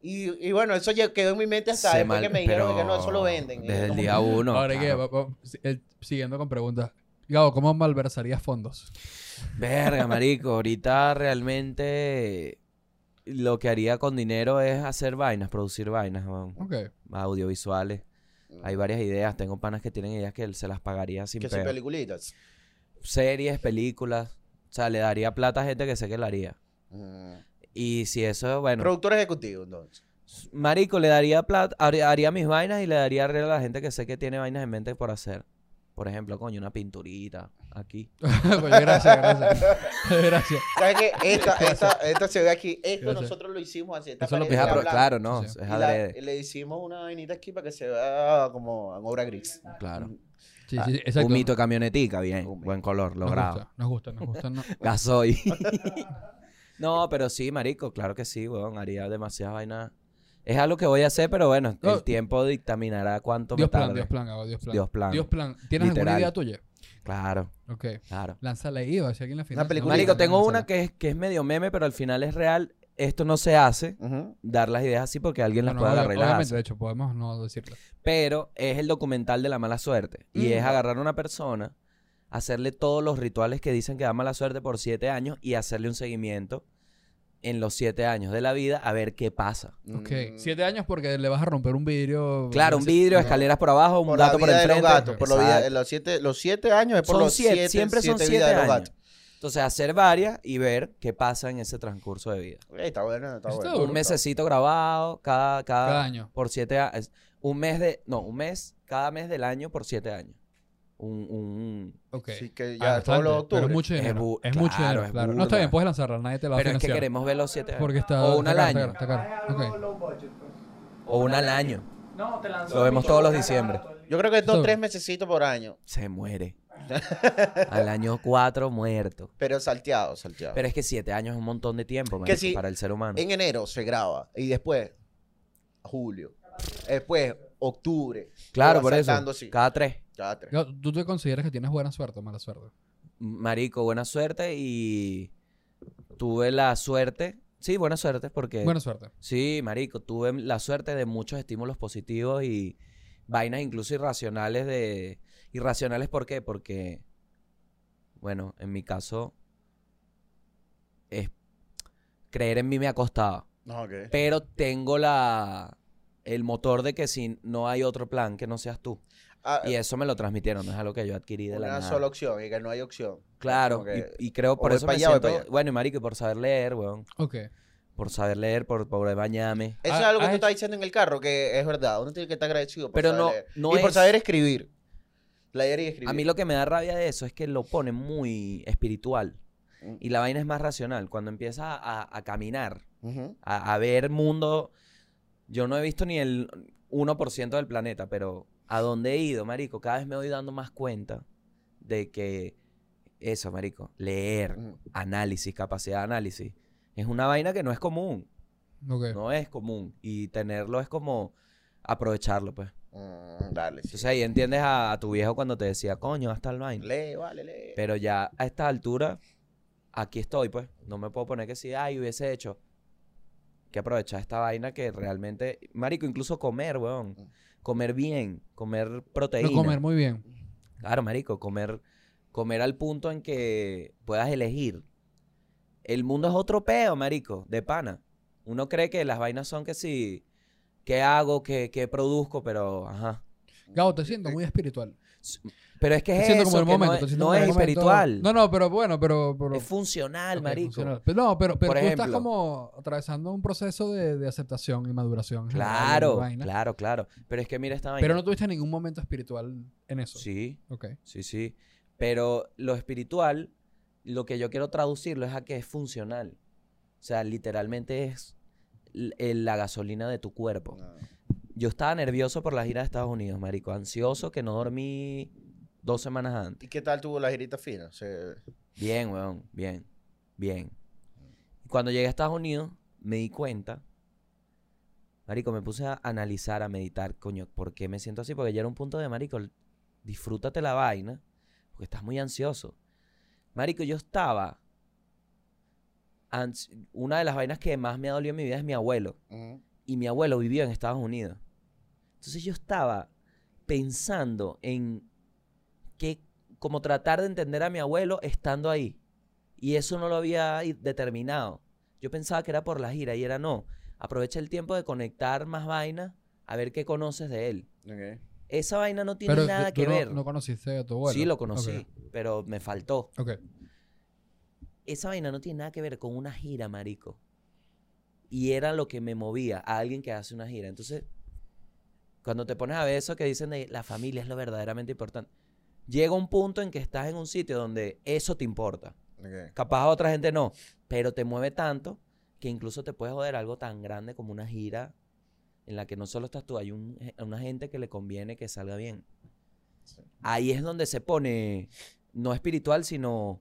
Y, y bueno, eso ya quedó en mi mente hasta Se después mal- que me dijeron pero que no, eso lo venden. eh, Desde el Como- día uno. Ahora que claro. va- va- si- el- siguiendo con preguntas. Gabo, ¿cómo malversarías fondos? Verga, marico. Ahorita realmente lo que haría con dinero es hacer vainas, producir vainas, weón. Ok. audiovisuales. Hay varias ideas. Tengo panas que tienen ideas que se las pagaría sin que son peo. peliculitas. Series, películas. O sea, le daría plata a gente que sé que la haría. Mm. Y si eso, bueno. Productor ejecutivo, entonces. Marico, le daría plata, haría haría mis vainas y le daría real a la gente que sé que tiene vainas en mente por hacer. Por ejemplo, coño, una pinturita aquí. Coño, Pues, gracias, gracias. gracias. ¿Sabes qué? Esta, esta, esta se ve aquí. Esto Gracias. nosotros lo hicimos así. Esta Eso lo pared Es está apro- apro- blanca. claro, no, Sí, sí. es Y la- adrede. le hicimos una vainita aquí para que se vea como en obra gris. Claro. Sí, Ah, sí, exacto. Un mito de camionetica, bien, Un mito. buen color, Nos logrado. gusta, nos gusta, nos gusta. no- Gasoil. no, pero sí, marico, claro que sí, weón, haría demasiadas vainas. Es algo que voy a hacer, pero bueno, No. el tiempo dictaminará cuánto Dios me tarde. plan, Dios plan, Gabo, Dios plan. Dios plan. Dios plan. ¿Tienes alguna Literal. idea tuya? Claro, Ok. claro. Lánzala ahí, va, si alguien la financia. película. Marico, Culita, tengo una que es, que es medio meme, pero al final es real. Esto no se hace, Ujú. dar las ideas así porque alguien las Bueno, puede obvia- agarrar y las hace. Obviamente, de hecho, podemos no decirlo. Pero es el documental de la mala suerte. Y Mm. es agarrar a una persona, hacerle todos los rituales que dicen que da mala suerte por siete años y hacerle un seguimiento en los siete años de la vida a ver qué pasa. Ok. Mm. Siete años porque le vas a romper un vidrio. Claro, un vidrio, No. escaleras por abajo, un Por la gato por el vida de frente. los gatos. Por la vida- Exacto. los, siete, los siete años es por son los siete, siete. siempre son siete siete vidas de los años. gatos. Entonces, hacer varias y ver qué pasa en ese transcurso de vida. Ey, está bueno, está Está bueno. duro. Un mesecito grabado cada, cada, Cada año. Por siete años. Un mes de. No, un mes, cada mes del año por siete años. un- un- Ok. Así que Ah, ya todos bastante, los Pero es octubres. mucho Es dinero. bu- Es, mucho claro, dinero. es claro. No burda. está bien, puedes lanzarla, nadie te la va a Pero es que financiar. queremos ver los siete Porque está. O una está al caro, año. está caro, está Capaz es caro. algo Ok. low budget, pues. O una al año. No, te lanzó Lo el vemos todos los bicho, diciembre. barato, el- Yo creo que estos Sobre. tres mesecitos por año, Se muere. al año cuatro, muerto. pero salteado, salteado. Pero es que siete años es un montón de tiempo Que marico, si- para el ser humano. En enero se graba y después julio. Después octubre. Claro, Lo por vas eso. saltando, sí. Cada tres. Cada tres. No, ¿Tú te consideras que tienes buena suerte o mala suerte? Marico, buena suerte y tuve la suerte. Sí, buena suerte porque... Buena suerte. Sí, marico, tuve la suerte de muchos estímulos positivos y vainas incluso irracionales de... Irracionales, ¿por qué? Porque, bueno, en mi caso, es... creer en mí me ha costado. No, ok. Pero tengo la... el motor de que si no hay otro plan que no seas tú. Ah, Y eso me lo transmitieron, no es algo que yo adquirí de la una nada. sola opción y que no hay opción. Claro, Como que- y, y creo por voy eso pa' me allá, voy pa' siento... allá. Bueno, y marico, y por saber leer, weón. Ok. Por saber leer, por, por bañarme. Eso Ah, es algo que ah, tú estás es- diciendo en el carro, que es verdad. Uno tiene que estar agradecido por Pero saber no- leer. no y por es- saber escribir. Leer y escribir. A mí lo que me da rabia de eso es que lo pone muy espiritual. Mm. Y la vaina es más racional. Cuando empieza a, a caminar, Ujú. a, a ver mundo... Yo no he visto ni el 1% del planeta, pero a dónde he ido, marico, cada vez me voy dando más cuenta de que... Eso, marico, leer, Ujú. análisis, capacidad de análisis. Es una vaina que no es común. Ok. No es común. Y tenerlo es como aprovecharlo, pues. Mm, dale. sí. Entonces ahí entiendes a, a tu viejo cuando te decía, coño, hasta el vaina. Lee, vale, lee. Pero ya a esta altura, aquí estoy, pues. No me puedo poner que si, ay, hubiese hecho. Que aprovechar esta vaina que realmente. Marico, incluso comer, weón. Comer bien, comer proteína. Pero comer muy bien. Claro, marico, comer, comer al punto en que puedas elegir. El mundo es otro peo, marico, de pana. Uno cree que las vainas son que sí, qué hago, qué, qué produzco, pero ajá. Gabo, te siento muy espiritual. S- Pero es que Te es siento eso, como el que no momento. es- te siento no como es, el momento- espiritual, No, no, pero bueno, pero. pero es funcional, ok, marico. funcional. Pero no, pero, pero Por tú estás ejemplo. como atravesando un proceso de, de aceptación y maduración. en general, y Claro, vaina. claro, claro. Pero es que mira esta vaina. Pero no tuviste ningún momento espiritual en eso. Sí, Ok. sí, sí. Pero lo espiritual, lo que yo quiero traducirlo es a que es funcional. O sea, literalmente es l- el- la gasolina de tu cuerpo. No. Yo estaba nervioso por la gira de Estados Unidos, marico. Ansioso que no dormí dos semanas antes. ¿Y qué tal tuvo la girita fina? Se- Bien, weón. Bien. Bien. Y Cuando llegué a Estados Unidos, me di cuenta. Marico, me puse a analizar, a meditar, coño, ¿por qué me siento así? Porque ya era un punto de, marico, l- disfrútate la vaina, porque estás muy ansioso. Marico, yo estaba... ans- Una de las vainas que más me ha dolido en mi vida es mi abuelo Ujú. y mi abuelo vivió en Estados Unidos. Entonces yo estaba pensando en que, como tratar de entender a mi abuelo estando ahí. Y eso no lo había i- determinado. Yo pensaba que era por la gira y era no. Aprovecha el tiempo de conectar más vainas a ver qué conoces de él. Ok. Esa vaina no tiene Pero nada tú que no, ver. no conociste a tu abuelo. sí, lo Ok, conocí, pero me faltó Ok. esa vaina no tiene nada que ver con una gira, marico. Y era lo que me movía a alguien que hace una gira. Entonces, cuando te pones a ver eso que dicen de la familia es lo verdaderamente importante, llega un punto en que estás en un sitio donde eso te importa. Ok. Capaz a otra gente no, pero te mueve tanto que incluso te puede joder algo tan grande como una gira en la que no solo estás tú, hay un- una gente que le conviene que salga bien. Ahí es donde se pone, no espiritual, sino,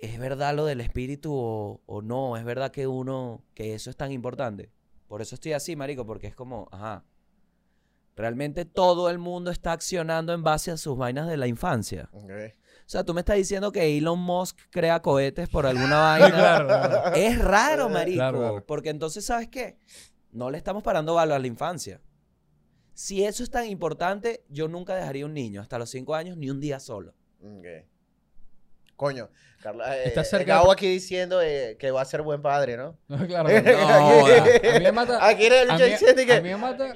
¿es verdad lo del espíritu o, o no? ¿Es verdad que uno, que eso es tan importante? Por eso estoy así, marico, porque es como, ajá, realmente todo el mundo está accionando en base a sus vainas de la infancia. Ok. O sea, tú me estás diciendo que Elon Musk crea cohetes por alguna vaina. es raro, marico. Claro, claro. Porque entonces, ¿sabes qué? No le estamos parando valor a la infancia. Si eso es tan importante, yo nunca dejaría un niño hasta los cinco años ni un día solo. Ok. Coño, Carla, eh, Está cerca- Gabo aquí diciendo eh, que va a ser buen padre, ¿no? No, claro. Aquí- claro. a mí me mata- Aquí era el Ah, a bicho mí- diciendo que- a mí me mata.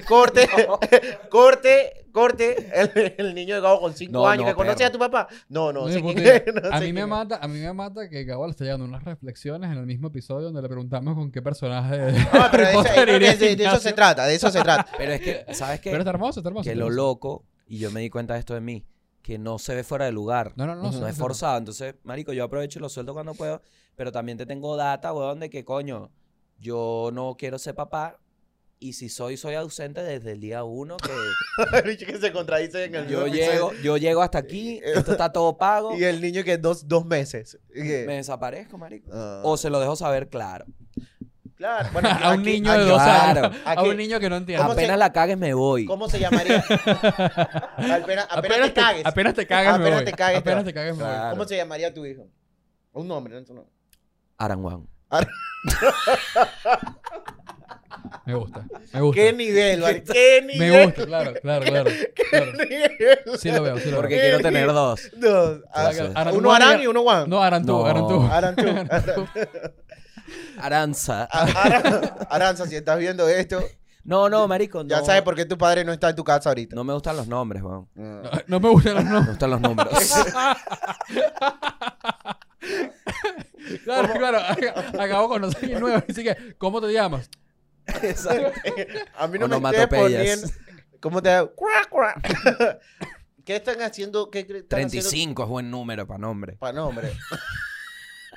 corte, corte, corte. El, el niño de Gabo con 5 No, años no, que conoce perro. a tu papá. No, no, No, sé hijo quién de- es, no a sé mí me quién es. mata, a mí me mata que Gabo le está llegando unas reflexiones en el mismo episodio donde le preguntamos con qué personaje de No, pero de, Harry eso- Potter de- iría al de- de eso gimnasio. se trata, de eso se trata. Pero es que, ¿sabes qué? Pero está hermoso, está hermoso. que está lo hermoso. loco Y yo me di cuenta de esto de mí, que no se ve fuera de lugar. No, no, no. No sí, es sí, forzado. Entonces, marico, yo aprovecho y lo suelto cuando puedo. Pero también te tengo data, weón, de que coño, yo no quiero ser papá. Y si soy, soy ausente desde el día uno. Que El bicho que se contradice en el yo, mismo llego, yo llego hasta aquí, esto está todo pago. episodio. Y el niño que dos, dos meses. Y que- Me desaparezco, marico. Ah. O se lo dejo saber claro. Claro. Bueno, A un aquí- niño de aquí- dos claro. años. A Aquí- un niño que no entiende. ¿Cómo se- Apenas la cagues, me voy. ¿Cómo se llamaría? apenas, apenas, te cagues. Apenas te cagas, me Apenas voy. te cagues, te Apenas vas. te cagas, me voy. Claro. ¿Cómo se llamaría tu hijo? Un nombre, no es un nombre. Aranguán. Me gusta. Me gusta. ¿Qué nivel, vale? ¿Qué nivel? Me gusta, claro, claro, claro. claro. nivel? Sí lo veo, sí lo Porque veo. ¿Qué? quiero tener dos. Dos. Ah, Claro. Aran- uno Juan Aran llega- y uno Juan. No, Aran tú, No. Aran tú. Aran tú. Aranza. A- Aran- Aranza, si estás viendo esto, No, no, marico. No, ya sabes por qué tu padre no está en tu casa ahorita. Mm. no me gustan los nombres, weón. No, Ah. no me gustan los Me nombres. gustan los números. Claro, claro. ac- Acabo con nosotros nuevo. Así que, ¿cómo te llamas? Exacto. A mí no me estés Onomatopeyas. poniendo... ¿Cómo te cuá, cuá. ¿Qué están haciendo? ¿Qué cre- están haciendo 35 es buen número para nombre. Pa' nombre.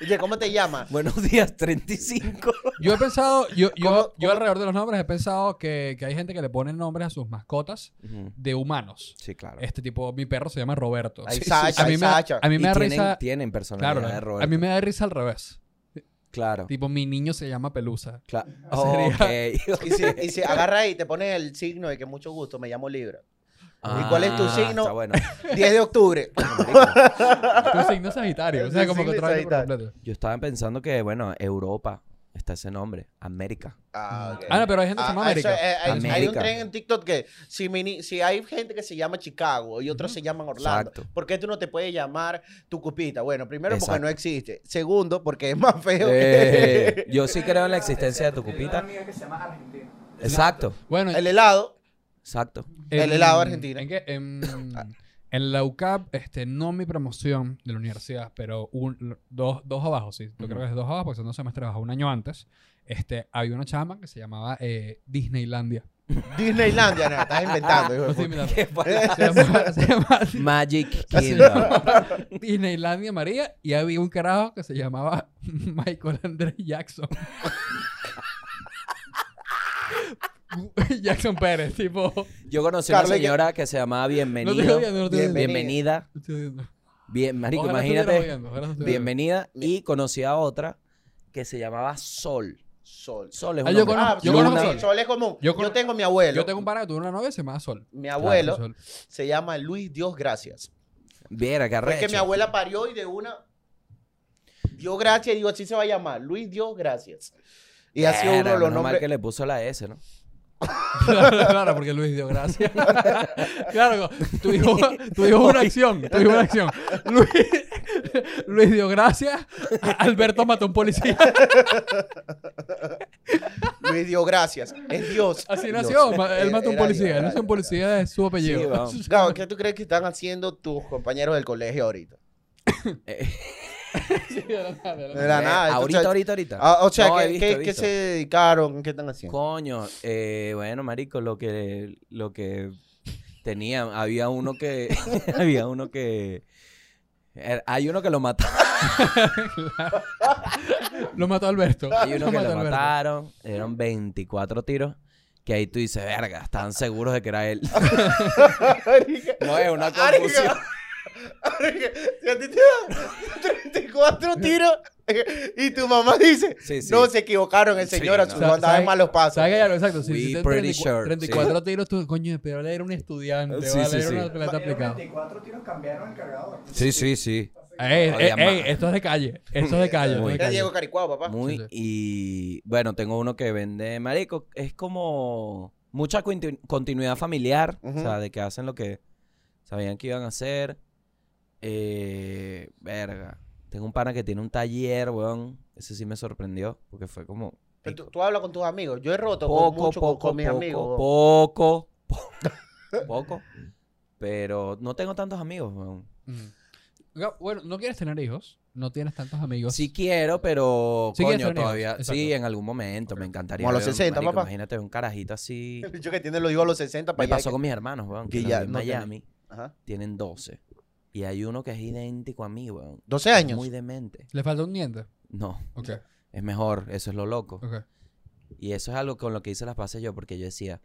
Oye, ¿cómo te llamas? Buenos días, 35. Yo he pensado, yo, yo, ¿Cómo- yo cómo- alrededor de los nombres he pensado que, que hay gente que le pone nombres a sus mascotas Ujú. de humanos. sí, claro. Este tipo, mi perro se llama Roberto. Ay, Sí, Sacha, a mí me da, Sacha. a mí Y me da tienen, risa. tienen personalidad Claro, de Roberto. a mí me da risa al revés. Claro. Tipo, mi niño se llama Pelusa. Cla- Sería- Ok. Y si, y si agarras y te pones el signo de que mucho gusto, me llamo Libra. Ah, cuál es tu signo? Está bueno. 10 de octubre. Tu signo Sagitario. o sea, Tu como que signo otra vez por Sagitario. completo. Yo estaba pensando que, bueno, Europa está ese nombre. América. Ah, ok. Ah, no, pero hay gente que se Ah, llama eso, América. eh, hay, hay un América. tren en TikTok que si, mi ni- si hay gente que se llama Chicago y otros se llaman Orlando, Exacto. ¿por qué tú no te puedes llamar tu cupita? Bueno, primero porque Exacto. no existe. Segundo, porque es más feo. Eh, que yo sí creo en la existencia de tu Tengo una cupita. amiga que se llama Argentina. Exacto, Bueno, el helado. exacto. El helado argentino. ¿En qué? En, en la UCAP, este, no mi promoción de la universidad, pero un- dos, dos abajo, sí. Yo Ujú. creo que es dos abajo, porque son dos semestres abajo, un año antes. Este, había una chama que se llamaba eh, Disneylandia. Disneylandia, no, estás inventando. hijo No de estoy puta. inventando. Qué Se llamaba, palabra. se llamaba Magic se Kingdom. llamaba Disneylandia María y había un carajo que se llamaba Michael Andrés Jackson. Jackson Pérez, tipo. Yo conocí a una Carla, ¿qué- señora que se llamaba No te estoy Bienvenido. odiando, no te estoy odiando. Bienvenido. Bienvenida. No te estoy odiando. Bien, marico, Ojalá estuviera imagínate. odiando, ojalá estuviera odiando. Bienvenida. Y conocí a otra que se llamaba Sol. Sol. Sol es Ah, un yo nombre. conozco- Ah, yo sí, conozco sí, Sol. Sol es común. Yo Yo, conozco- tengo mi abuelo. Yo tengo un pana que tuvo una novia que se llamaba Sol. Mi abuelo Sol. se llama Luis Dios Gracias. Viera, qué Porque mi arrecho. abuela parió y de una dio gracias y digo, así se va a llamar. Luis Dios Gracias. Y ha sido uno Viera, de los menos mal nombres. que le puso la S, ¿no? Claro, claro, porque Luis dio gracias. claro, tu hijo, tu hijo una acción, tu hijo una acción. Luis, Luis dio gracias, Alberto mató a un policía. Luis Dios Gracias. Es Dios. Así nació, ma- él Era- mató a un era policía. yo, Él era nació un yo. policía, es su Sí, apellido. vamos. Gabo, ¿qué tú crees que están haciendo tus compañeros del colegio ahorita? Sí, de la nada, de la De nada. la nada. Eh, ahorita, entonces- ahorita, ahorita. Ah, o sea, No, ¿qué, he visto, qué- he qué visto. se dedicaron? ¿Qué están haciendo? Coño, eh, bueno, marico, lo que, lo que tenían, había uno que, había uno que, er, hay uno que lo mataron, Lo mató Alberto. hay uno que mató lo Alberto. mataron, eran 24 tiros, que ahí tú dices, verga, están seguros de que era él. No es una confusión. Arica, Si a ti te dan 34 tiros y tu mamá dice, Sí, sí. no se equivocaron, el Sí, señor no. a su andaba en malos pasos. ¿Sabes qué? Exacto. Si, We si te pretty 34, sure, 34 tiros, tú, coño, pero él era un estudiante, Sí, ¿vale? sí, era sí. un atleta Dieron aplicado. 24 tiros, cambiaron el cargador. Sí, sí, sí. Ey, Había ey, más. ey, esto es de calle. Esto es de calle. esto es Muy. de Era calle. Diego Caricuado, papá. Muy, Sí, sí. y bueno, tengo uno que vende, marico, es como mucha continu- continuidad familiar, o sea, Ujú. de que hacen lo que sabían que iban a hacer. Eh, verga, tengo un pana que tiene un taller, weón, ese sí me sorprendió, porque fue como... Pero marico, tú, tú hablas con tus amigos. Yo he roto con poco, mucho con- poco, con mis poco, amigos. poco, poco, poco, pero no tengo tantos amigos, weón. Mm. Ga- Bueno, no quieres tener hijos, no tienes tantos amigos. Sí quiero, pero Sí quieres coño, tener hijos, todavía. Sí, exacto. en algún momento me encantaría. Como a los ver un- 60, papá. Imagínate un carajito así. El bicho que tiene los hijos a los 60 Me para allá pasó que- con mis hermanos, weón. Que que los ya de no tienen- Miami Ajá. tienen 12. Y hay uno que es idéntico a mí, weón. 12 años. Muy demente. Le falta un diente. No, Ok, es mejor. Eso es lo loco. ok. Y eso es algo con lo que hice las pases yo, porque yo decía,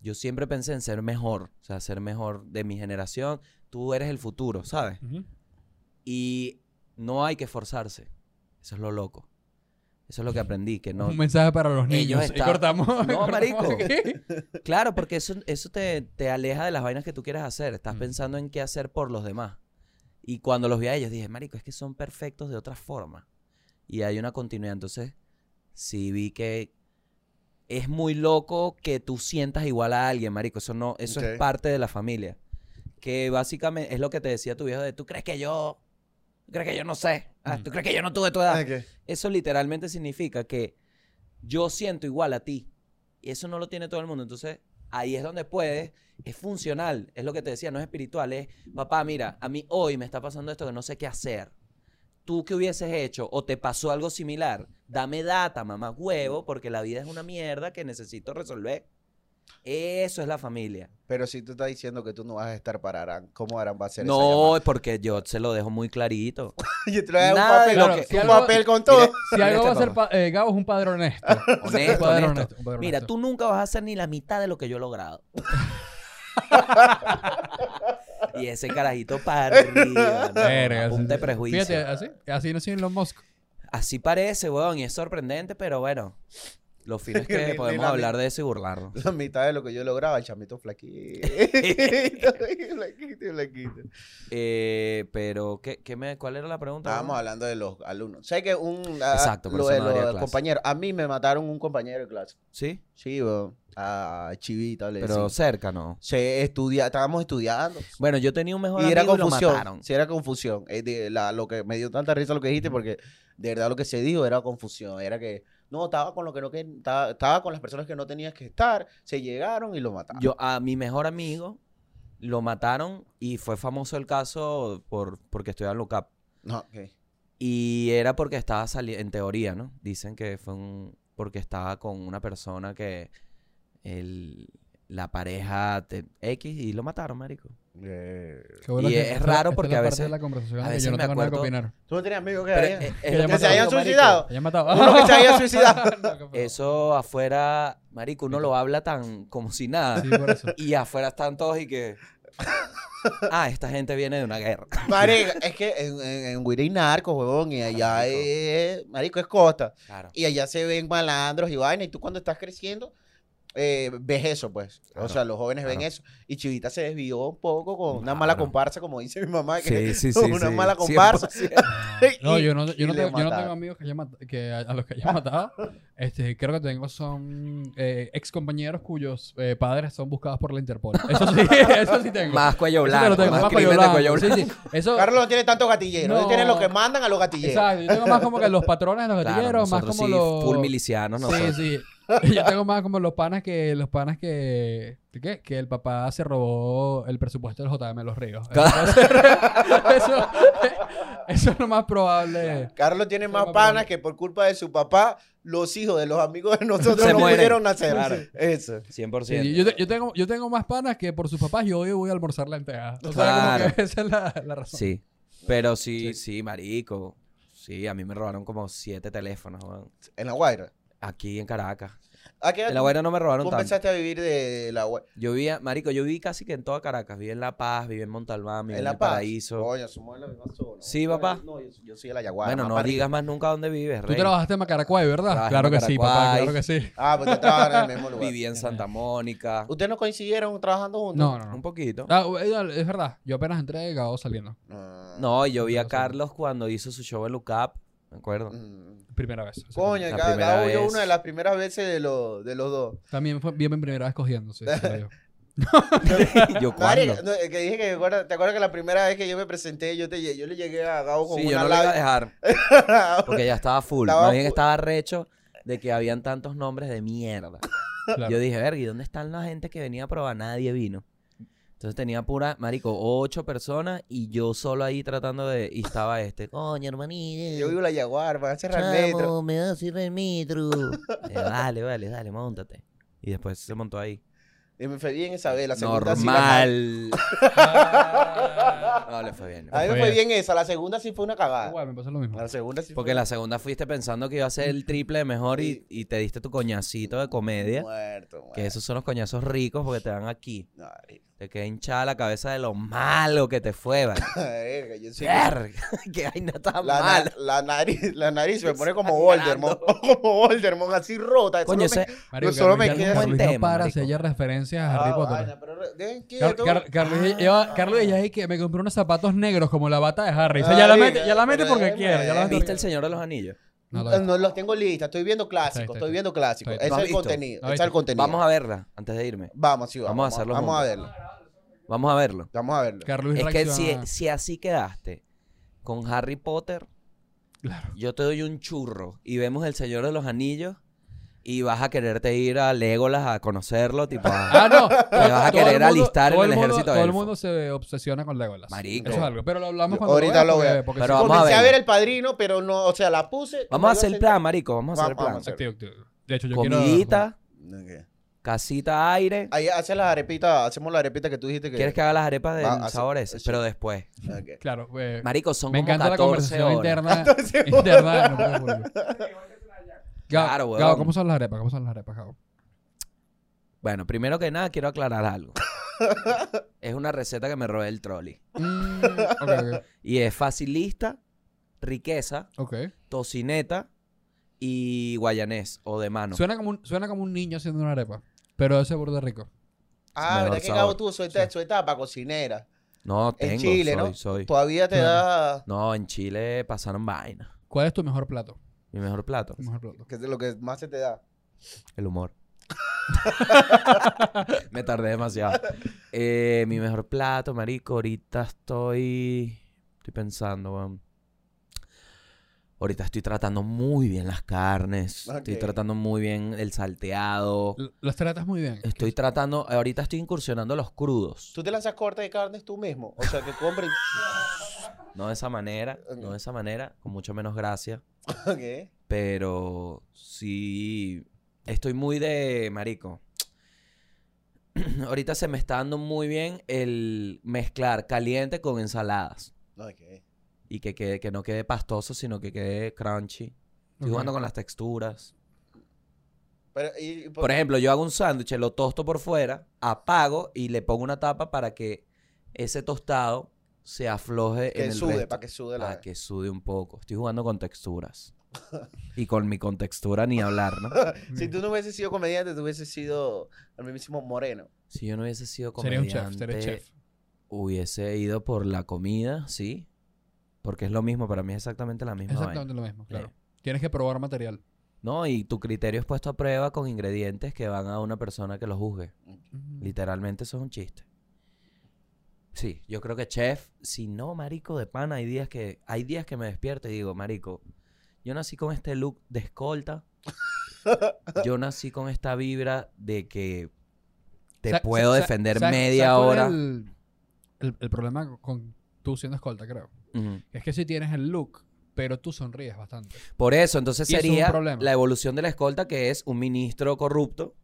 yo siempre pensé en ser mejor, o sea, ser mejor de mi generación, tú eres el futuro, ¿sabes? Ujú. Y no hay que esforzarse, eso es lo loco. Eso es lo que aprendí, que no... Un mensaje para los Ellos niños. Y están- cortamos. y cortamos marico. aquí. Claro, porque eso, eso te, te aleja de las vainas que tú quieres hacer, estás Mm. pensando en qué hacer por los demás. Y cuando los vi a ellos dije, marico, es que son perfectos de otra forma. Y hay una continuidad, entonces sí vi que es muy loco que tú sientas igual a alguien, marico. Eso no, eso Ok. es parte de la familia. Que básicamente es lo que te decía tu viejo de tú crees que yo, tú crees que yo no sé, Ah, Mm. tú crees que yo no tuve tu edad. Ah, ¿qué? Eso literalmente significa que yo siento igual a ti. Y eso no lo tiene todo el mundo. Entonces, ahí es donde puedes. Es funcional. Es lo que te decía, no es espiritual. Es, papá, mira, a mí hoy me está pasando esto que no sé qué hacer. Tú que hubieses hecho o te pasó algo similar, dame data, mamá, huevo, porque la vida es una mierda que necesito resolver. Eso es la familia. Pero si tú estás diciendo que tú no vas a estar para Arán, ¿cómo Arán va a ser No, es porque yo se lo dejo muy clarito. Yo te lo voy a dar Nada de un lo papel, que- un Claro, papel con todo. Mira, Si algo va a Este ser papá. pa- eh, Gabo es un padre honesto. Un Honesto, padre honesto. un padre Mira, honesto. tú nunca vas a hacer ni la mitad de lo que yo he logrado. y ese carajito para arriba. No, Verga, a punta sí, de sí. prejuicio. Fíjate, así, así no soy Elon Musk. Así parece, weón, y es sorprendente, pero bueno. Lo fino es Ni- que ni podemos la hablar de eso y burlarnos. La mitad de lo que yo lograba, el chamito flaquito. flaquito, flaquito. Eh, pero, ¿qué, qué me, ¿cuál era la pregunta? Estábamos weón? hablando de los alumnos. Sé que un. ah, Exacto, por lo eso de no daría los clase. compañeros. A mí me mataron un compañero de clase. Sí, Sí, weón. A Chivita, le pero decía. cerca, ¿no? Se estudia, estábamos estudiando. Bueno, yo tenía un mejor Y era amigo y lo confusión. mataron. Sí, era confusión. Eh, de la- lo que me dio tanta risa lo que dijiste, porque de verdad lo que se dijo era confusión. Era que no, estaba con lo que no que, estaba, estaba con las personas que no tenías que estar, se llegaron y lo mataron. Yo, a mi mejor amigo lo mataron y fue famoso el caso por, porque estudiaba en LUCAP. No, ok. Y era porque estaba saliendo, en teoría, ¿no? Dicen que fue un, porque estaba con una persona que el, la pareja te- X y lo mataron, marico. Eh, Qué bueno Y que es esta- raro esta porque es la a parte veces- de la conversación a que veces yo no me tengo nada que acuerdo- opinar. ¿Tú no tenías amigos que, Pero, hayan- eh, que es lo se que se matado, hayan marico. suicidado? Ya matado. Uno que se haya suicidado. No, qué feo. Eso afuera, marico, uno lo habla tan como si nada. Sí, por eso. Y afuera están todos y que... Ah, esta gente viene de una guerra. Marico, es que en, en, en Guira hay narcos, huevón, y allá Marico. es. Marico, es costa. Claro. Y allá se ven malandros y vaina. Y tú cuando estás creciendo, eh, ves eso, pues. O Claro, sea, los jóvenes ven claro. eso. Y Chivita se desvió un poco con una Claro. mala comparsa, como dice mi mamá. Que sí, una mala comparsa. No, Y- yo no, yo no y le tengo, yo no tengo mataron. amigos que, haya mat- que a, a los que haya matado. Este, creo que tengo son eh, ex compañeros cuyos eh, padres son buscados por la Interpol. Eso sí, eso sí tengo. Más cuello Eso te blanco, lo tengo, más, más crimen de blanco. cuello blanco. Sí, sí. Eso, Carlos no tiene tantos gatilleros. No. Él tiene lo que mandan a los gatilleros. exacto, yo tengo más como que los patrones de los Claro, gatilleros, más nosotros como sí, los... full milicianos Sí, nosotros. sí. Yo tengo más como los panas que los panas que ¿qué? que el papá se robó el presupuesto del JM Los Ríos. Entonces, eso, eso es lo más probable. Carlos tiene Sí, más papá, panas mamá. que por culpa de su papá, los hijos de los amigos de nosotros Se no mueren. pudieron nacer. Claro. Eso. 100%. Sí, yo, te- yo tengo, yo tengo más panas que por sus papás yo hoy voy a almorzar lentejas. O sea, como Claro. que esa es la, la razón. Sí. Pero sí, sí, marico. Sí, a mí me robaron como siete teléfonos, weón. En la Guaira. Aquí en Caracas. ¿A qué edad En La Guaira no me robaron tú tanto. empezaste a vivir de la Guaira? Yo vivía, marico, yo viví casi que en toda Caracas. Viví en La Paz, viví en Montalbán, viví en, En La El Paz. Paraíso. Coño, somos de la misma zona. Sí, Bueno, papá. No, yo, yo soy de la Yaguara. bueno, más no para digas más nunca dónde vives, Tú rey. trabajaste en Macaracuay, ¿verdad? Trabajé en claro que sí, papá, Macaracuay. claro que sí. arriba. Ah, pues te trabajan en el mismo lugar. Viví en Santa Mónica. ¿Ustedes no coincidieron trabajando juntos? No, no, Un no. poquito. Ah, eh, es verdad, yo apenas entré Gabo saliendo. Ah, No, y yo vi No a sé. Carlos cuando hizo su show en Lucap. Me acuerdo. mm. Primera vez. o sea, Coño, La cada, cada primera uno vez. una de las primeras veces de, los de los dos. También fue bien mi primera vez cogiendo, sí. te lo digo. yo cuándo. Marica, no, que dije que, recuerda- ¿te acuerdas que la primera vez que yo me presenté, yo, te, lle- yo le llegué a Gabo con Sí, yo una no lo iba a labia? dejar. Porque ya estaba full. Estaba Más bien full. estaba recho de que habían tantos nombres de mierda. Claro. Yo dije, verga, ¿y dónde están la gente que venía a probar? Nadie vino. Entonces tenía pura, marico, ocho personas y yo solo ahí tratando de... Y estaba este, coño, hermanito. Yo vivo la Jaguar, van a cerrar el metro. Chamo, me da a cerrar el metro. Eh, Dale, vale, dale, montate. Y después se montó ahí. Y me fue bien esa vez, la segunda sí la- Normal. Ah, No, le fue bien. A mí me fue bien esa, la segunda sí fue una cagada. Igual, me pasó lo mismo. La segunda sí Porque la segunda fuiste pensando que iba a ser el triple de mejor y, y te diste tu coñacito de fue comedia. muerto, muerto. Que esos son los coñazos ricos porque te dan aquí. No, marico, Te queda hinchada la cabeza de lo malo que te fue, vale. verga, yo sí- Verga, que vaina tan La, na- mala. la nariz, la nariz me pone como Voldemort, como Voldemort, así rota. Coño, Solo me- ese, Marico, Yo solo me Carlos- quedé- Carlos Buen no tema, para marico. si haya referencias a Harry Ah, Potter. vaina, pero re- ¿de qué? Car- Tú- Car- Carlos ya- Ah. lleva- Carlos ya ahí que me compré unos zapatos negros como la bata de Harry. O sea, Ah, ya la bien, mete, ya la mete pero porque bien, quiere. Ya la mete ¿Viste porque- el Señor de los Anillos? No, lo No, vi. no los tengo listas, estoy viendo Está, clásicos, está, estoy está. viendo clásicos. Está, Ese está. es el ¿Lo has visto? contenido, ¿Lo has ese es el visto? contenido. Vamos a verla antes de irme. Vamos, sí, vamos. Vamos a hacerlo Vamos a juntos. verlo. Vamos a verlo. Vamos a verlo. Carlos Es que si, reacciona. si así quedaste con Harry Potter, Claro. yo te doy un churro y vemos el Señor de los Anillos y vas a quererte ir a Legolas a conocerlo, tipo a- Ah, no. Te vas a Todo el querer alistar todo en el mundo- ejército Todo el elfo. mundo se obsesiona con Legolas. Marico. Eso es algo. Pero lo hablamos Yo- cuando ahorita lo veas, veo. porque- porque Pero sí- vamos a Comencé a verlo. ver El Padrino, pero no, o sea, la puse. Vamos a no hacer la el plan, marico, vamos a hacer el plan. Vamos, Activo, activo. De hecho, yo Comidita, senté. Ok. casita aire. Ahí hace las arepitas, hacemos la arepita que tú dijiste que... ¿Quieres que haga las arepas del Va, hace- sabor ese? sí. Pero después. Ok. quiero. Claro. eh, Marico, son me como encanta la 14 conversación horas. interna. Entonces, interna. no puedo volver. Gabo, Claro, weón. Gabo, ¿cómo son las arepas? ¿Cómo son las arepas, Gabo? Bueno, primero que nada quiero aclarar algo. es una receta que me robé el trolley. Mm, ok, Y es facilista, riqueza, ok. ok. tocineta y guayanés o de mano. Suena como, un, suena como un niño haciendo una arepa, pero ese burde rico. ah, Mejor ¿verdad que sabor. Gabo tú su etapa, su etapa cocinera? No, En tengo, Chile, soy, ¿no? soy. Todavía te da... No, en Chile pasaron vaina. ¿Cuál es tu mejor plato? Mi mejor plato, Tu mejor plato. que es lo que más se te da. el humor. me tardé demasiado. Eh, mi mejor plato, marico, ahorita estoy... Estoy pensando, weón. Ahorita estoy tratando muy bien las carnes. Estoy Ok. tratando muy bien el salteado. L- Los tratas muy bien. Oh. Estoy tratando... Ahorita estoy incursionando los crudos. ¿Tú te lanzas cortes de carnes tú mismo? O sea, que compren... No de esa manera, no de esa manera, con mucho menos gracia. Ok. Pero sí, estoy muy de marico. Ahorita se me está dando muy bien el mezclar caliente con ensaladas. Ok. Y que, quede- que no quede pastoso, sino que quede crunchy. Estoy Ok. jugando con las texturas. Pero, y, y por- Por ejemplo, yo hago un sándwich, lo tosto por fuera, apago y le pongo una tapa para que ese tostado se afloje en que el sude, resto. para que sude la... Para que sude un poco. Estoy jugando con texturas. y con mi contextura ni hablar, ¿no? Si tú no hubieses sido comediante, tú hubieses sido el mismísimo Moreno. Si yo no hubiese sido Sería un comediante, chef, sería chef. hubiese ido por la comida, sí. Porque es lo mismo, para mí es exactamente la misma vaina. Exactamente lo mismo, claro. Eh. Tienes que probar material. No, y tu criterio es puesto a prueba con ingredientes que van a una persona que lo juzgue. Mm. Literalmente eso es un chiste. Sí, yo creo que chef, si no, marico, de pana, hay días que, hay días que me despierto y digo, marico, yo nací con este look de escolta. yo nací con esta vibra de que te Sa- puedo sa- sa- defender sa- media ¿sabes cuál es hora. El, el- el problema con tú siendo escolta, creo. Ujú. Es que si tienes el look, pero tú sonríes bastante. Por eso, entonces Y eso es un sería problema. la evolución de la escolta, que es un ministro corrupto.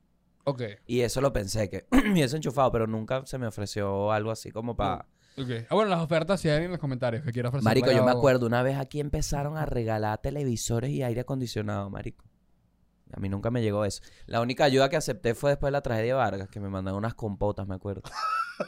Ok, Y eso lo pensé, que y eso enchufado, pero nunca se me ofreció algo así como para... ok. Ah, bueno, las ofertas si hay en los comentarios que quieras ofrecer. Marico, yo me acuerdo, una vez aquí empezaron a regalar televisores y aire acondicionado, marico. A mí nunca me llegó eso. La única ayuda que acepté fue después de la tragedia de Vargas, que me mandaron unas compotas, me acuerdo.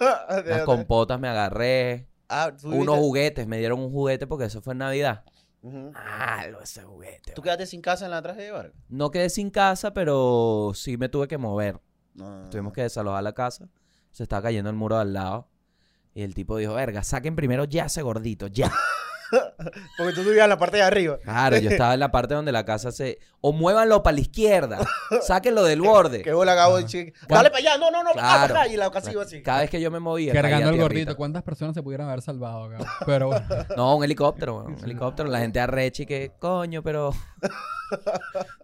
Unas compotas me agarré, Ah, tú unos viviste- juguetes, me dieron un juguete porque eso fue en Navidad. Ujú. Malo ese juguete. ¿Tú vale. quedaste sin casa en la tragedia de Vargas? No quedé sin casa, pero sí me tuve que mover. No. Tuvimos que desalojar la casa. Se estaba cayendo el muro de al lado. Y el tipo dijo, verga, saquen primero ya ese gordito, ya. Porque tú vivías en la parte de arriba. Claro, yo estaba en la parte donde la casa se... O muévanlo para la izquierda. Sáquenlo del borde. Que bola Gabo. Ajá. chica. Dale para allá. No, no, no. ah, Claro. para acá. Y la casa iba así. Cada vez que yo me movía... Cargando caía el tierrita. gordito. ¿Cuántas personas se pudieran haber salvado acá? Pero bueno. No, un helicóptero, weón, un helicóptero. La gente arrecha y que, coño, pero...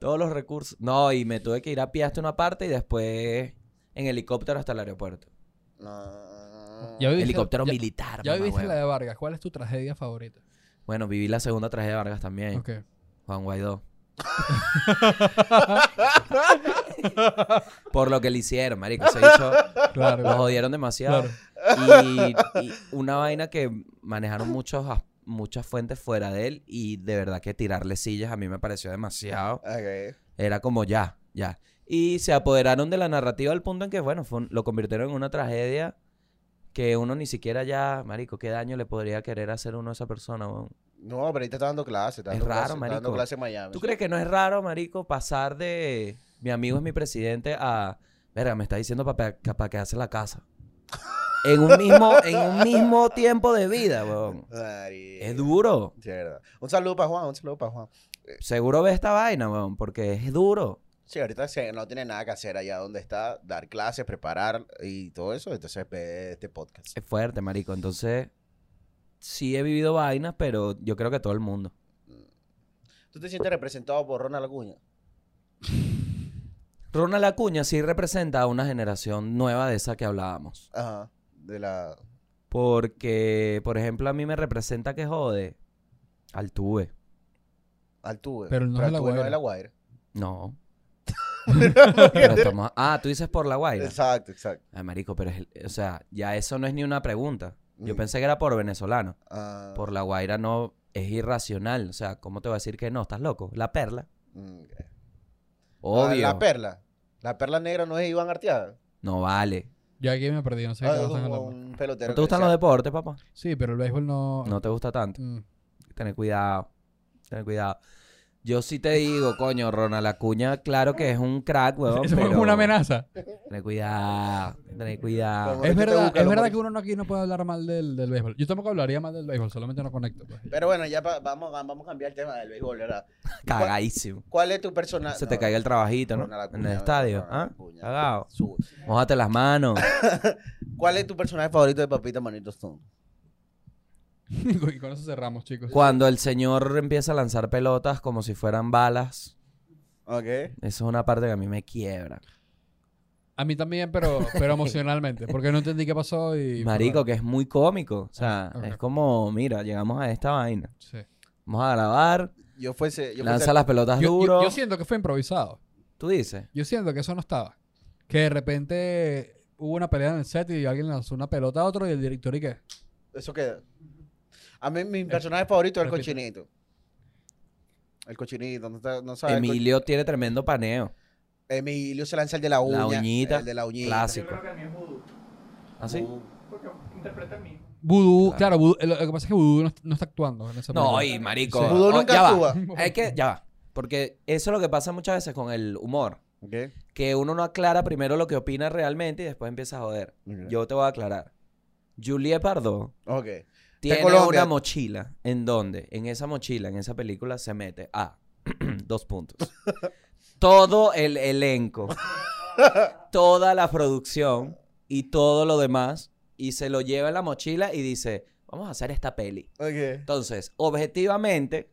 Todos los recursos. No, y me tuve que ir a pie hasta una parte y después en helicóptero hasta el aeropuerto. No. Ya viviste- Helicóptero ya- militar. Ya mamá, viviste huevo. la de Vargas. ¿Cuál es tu tragedia favorita? Bueno, viví la segunda tragedia de Vargas también. Ok. Juan Guaidó. Por lo que le hicieron, marico. Se hizo, Claro. lo jodieron demasiado. Claro. Y, y una vaina que manejaron muchos, as- muchas fuentes fuera de él y de verdad que tirarle sillas a mí me pareció demasiado. Ok. Era como ya, ya. Y se apoderaron de la narrativa al punto en que, bueno, fue un- lo convirtieron en una tragedia que uno ni siquiera ya, marico, qué daño le podría querer hacer uno a esa persona. weón? No, pero ahorita está dando clase. Está Es dando raro, clase, Está dando marico. clase en Miami. ¿Tú crees que no es raro, marico, pasar de mi amigo es mi presidente a, verga, me está diciendo para que, pa' que hace la casa? En un mismo, en un mismo tiempo de vida, weón. Marico. Es duro. Sí, verdad. Un saludo para Juan, un saludo para Juan. Seguro ve esta vaina, weón, porque es duro. Sí, ahorita se- no tiene nada que hacer allá donde está, dar clases, preparar y todo eso. Entonces ve este podcast. Es fuerte, marico. Entonces, sí he vivido vainas, pero yo creo que todo el mundo. ¿Tú te sientes representado por Ronald Acuña? Ronald Acuña sí representa a una generación nueva de esa que hablábamos. Ajá. De la. Porque, por ejemplo, a mí me representa que jode al tuve. Altuve. Pero no es de La Altuve no Guaira. es de la Guaira. No. Pero estamos- Ah, tú dices por la guaira. Exacto, exacto. Ay, marico, pero es el- o sea, ya eso no es ni una pregunta. Yo Mm. pensé que era por venezolano. Ah, Por la guaira no es irracional. O sea, ¿cómo te voy a decir que no? ¿Estás loco? La perla. mm, ok. Ah, Obvio. La perla. La perla negra no es Iván Arteaga. No vale. Yo aquí me perdí, no sé de Ah, qué es están un, hablando. un pelotero. ¿No te gustan los deportes, papá? Sí, pero el béisbol no. No te gusta tanto. Mm. Tener cuidado. Tener cuidado. Yo sí te digo, coño, Ronald Acuña, claro que es un crack, weón. Eso fue como pero una amenaza. Tener cuidado. Tener cuidado. Vamos. Es ahorita te verdad, busca es lo verdad más- que uno no aquí no puede hablar mal del, del béisbol. Yo tampoco hablaría mal del béisbol, solamente no conecto. pues. Pero bueno, ya pa- vamos, vamos a cambiar el tema del béisbol, ¿verdad? Cagadísimo. ¿Cuál es tu personaje? Se te caiga el trabajito, ¿no? Ronald Acuña, En el ¿verdad? estadio. Ronald ¿Ah? Acuña. Cagado. Mójate las manos. ¿Cuál es tu personaje favorito de Papita Manito Stone? y con eso cerramos, chicos. Cuando el señor empieza a lanzar pelotas como si fueran balas, Ok. eso es una parte que a mí me quiebra. A mí también, pero, pero emocionalmente, porque no entendí qué pasó y... Marico, que es muy cómico. O sea, Ah, ok. es como, mira, llegamos a esta vaina. Sí. Vamos a grabar, Yo fuese. Yo lanza fuese- las pelotas Yo, yo- duro. yo siento que fue improvisado. Tú dices. Yo siento que eso no estaba. Que de repente hubo una pelea en el set y alguien lanzó una pelota a otro y el director y qué. Eso queda. A mí, mi personaje favorito es el repite. cochinito. El cochinito, no, está- no sabe. el co- Emilio tiene tremendo paneo. Emilio se lanza el de la uña. La uñita, El de la uñita. Yo Clásico. creo que el mío es vudú. ¿Así? Uh, Porque interpreta el mismo. Vudú, claro, Vudú- lo lo que pasa es que Vudú no, no está actuando en esa No, película. y marico. Sí. Vudú oh, nunca ya va. actúa. Hay que, ya va. Porque eso es lo que pasa muchas veces con el humor. ok, Que uno no aclara primero lo que opina realmente y después empieza a joder. ok. Yo te voy a aclarar. Juliet Pardo Ok. tiene Colombia. una mochila. ¿En donde En esa mochila, en esa película, se mete a dos puntos. Todo el elenco, toda la producción y todo lo demás. Y se lo lleva en la mochila y dice: Vamos a hacer esta peli. Ok. Entonces, objetivamente,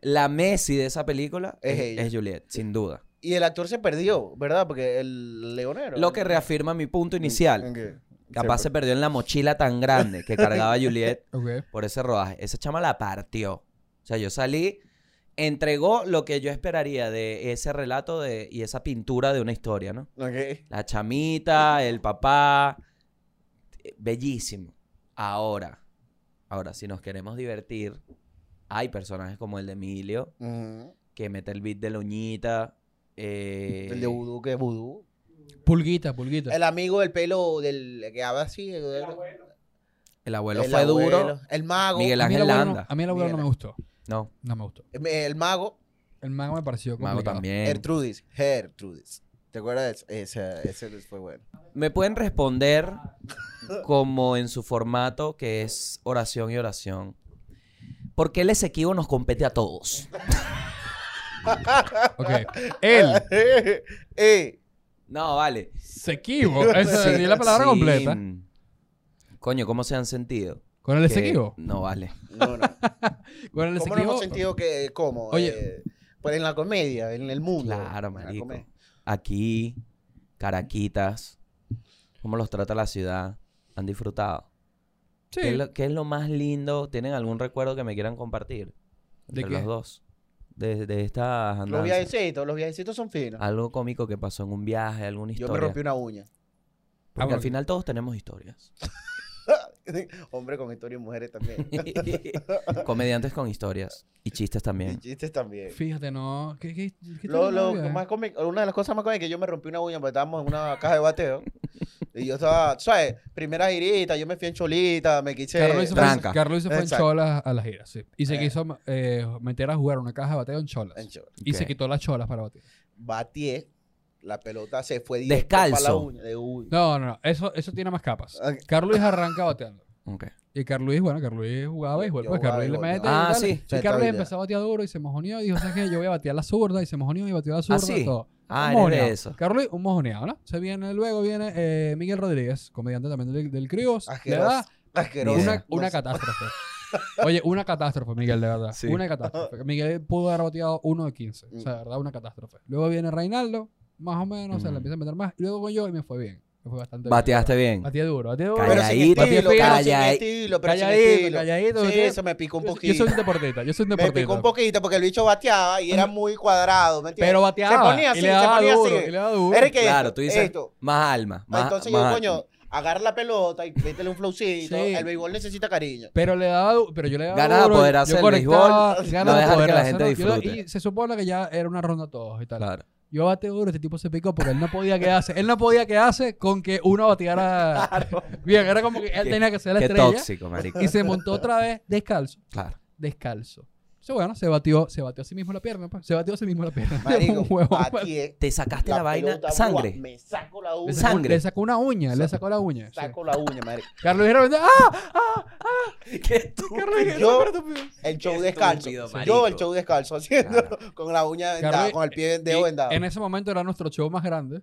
la Messi de esa película Es es, ella. es Juliet, sin duda. Y el actor se perdió, ¿verdad? Porque el leonero. Lo que reafirma mi punto inicial. Ok. Capaz se perdió en la mochila tan grande que cargaba Juliet Ok. por ese rodaje. Esa chama la partió. O sea, yo salí, entregó lo que yo esperaría de ese relato de, y esa pintura de una historia, ¿no? Ok. La chamita, el papá. eh, Bellísimo. Ahora, ahora, si nos queremos divertir, hay personajes como el de Emilio, Ujú. que mete el beat de la uñita. eh, El de vudú, que es vudú. Pulguita, pulguita. El amigo del pelo del que habla así. El, El abuelo. el abuelo el fue duro. abuelo, El mago. Miguel A mí el Ángel abuelo no- Landa. a mí el abuelo no me Miguel. gustó. No, No me gustó. El mago. El mago me pareció complicado. Mago también. Gertrudis. Gertrudis. ¿Te acuerdas? de Ese, ese, ese fue bueno. Me pueden responder como en su formato, que es oración y oración. Porque el Esequibo nos compete a todos. Ok. El eh, No, vale. sequivo. Eso, Sí, di la palabra sí. completa. Coño, ¿cómo se han sentido? ¿Con el Que- sequivo? No vale. no, no. Con el ¿Cómo no sequivo. hemos sentido que cómo? Oye. Eh, pues en la comedia, en el mundo. Claro, En la marico. comedia. Aquí, Caraquitas, cómo los trata la ciudad. han disfrutado. Sí. ¿Qué, es lo, qué es lo más lindo? ¿Tienen algún recuerdo que me quieran compartir? ¿De Entre qué? los dos. De, de estas Los andanzas. viajecitos, los viajecitos son Ah, finos. Algo cómico que pasó en un viaje, alguna Yo historia. me rompí una uña. Porque bueno. al final todos tenemos historias. Hombre con historia y mujeres también. Comediantes con historias. Y chistes y también. chistes también. Fíjate, no. ¿Qué, qué, qué Lo- tal lo la vida? más cómic- una de las cosas más cómicas es que yo me rompí una uña porque estábamos en una caja de bateo. Y yo estaba, ¿sabes? Primera girita, yo me fui en cholita, me quise. Carlos hizo, Tranca. fue- Carlos hizo fue en Exacto. cholas a la gira, sí. Y se Eh. quiso eh, meter a jugar una caja de bateo en cholas. en chola. Y se Ok. quitó las cholas para batir. Batié, la pelota se fue directo Descalzo. pa' la uña. De uña. No, no, no. Eso, eso tiene más capas. Ok. Carlos arranca bateando. Ok. Y Carlos, bueno, Carlos jugaba béisbol. Yo Pues jugaba Carlos le béisbol, mete. ¿no? y Ah, tal. sí. Y Sí, Carlos está empezó a batear duro y se mojoneó. Y dijo, ¿sabes qué? Yo voy a batear la zurda. Y se mojoneó y bateó la zurda. y sí. todo. Ah, Un eres mojoneado. de eso. Carlos, un mojoneado, ¿no? Se viene, luego viene eh, Miguel Rodríguez, comediante también del, del Crios. Le Asqueroso. da Asqueroso. una, No una sé. catástrofe. Oye, una catástrofe, Miguel, de verdad. Sí. Una catástrofe. Miguel pudo haber bateado uno de 15. O sea, de verdad, una catástrofe. Luego viene Reinaldo, más o menos, se le Ujú. empieza a meter más. Y luego con yo y me fue bien. Me fue bastante Bateaste bien. bien. Bateé duro, bateé duro. Pero sin estilo, Calladito, Papi, pero sin calla- estilo, pero sin eh. calladito, estilo. calladito, Sí, tío. eso me picó un Yo- poquito. Yo soy un deportista, yo soy un Me deportista. Mm. picó un poquito porque el bicho bateaba y era muy cuadrado, ¿me entiendes? Pero bateaba. Se ponía así, y le se daba ponía duro, así. y le daba duro. Era que Claro, esto, tú dices esto. Ah, más alma. Más, Entonces más yo, coño, agarra la pelota y métele un flowcito. Sí. El béisbol necesita cariño. Pero le daba, du- pero yo le daba Ganas de duro, apoderarse yo del béisbol, conectaba, ganas no de dejar que la apoderarse, gente ¿no? Yo lo- disfrute. Y se supone que ya era una ronda a todos y tal. Claro. Yo bateo duro, este tipo se picó porque él no podía quedarse. él no podía quedarse con que uno bateara bien. Era como que él Qué- tenía que ser la Qué estrella. tóxico, marico. Y se montó otra vez descalzo. Claro. Descalzo. Entonces, bueno, se batió, se batió a sí mismo la pierna. pues. Se batió a sí mismo la pierna. Marico, Un huevo. pues. batié Te sacaste la, vaina pelota, sangre. buah, Me saco la Le uña. sacó, Sangre. le sacó una uña, le sacó la uña. sí. Saco la uña, marico. Carlos Herrera vendió- ¡Ah! ¿Qué tú? Carlos Herrera, Yo- espérate, El show Qué descalzo. estúpido, Yo marico. el show descalzo haciendo con la uña vendada, Carlos, eh, con el pie Y dedo vendado. En ese momento era nuestro show más grande.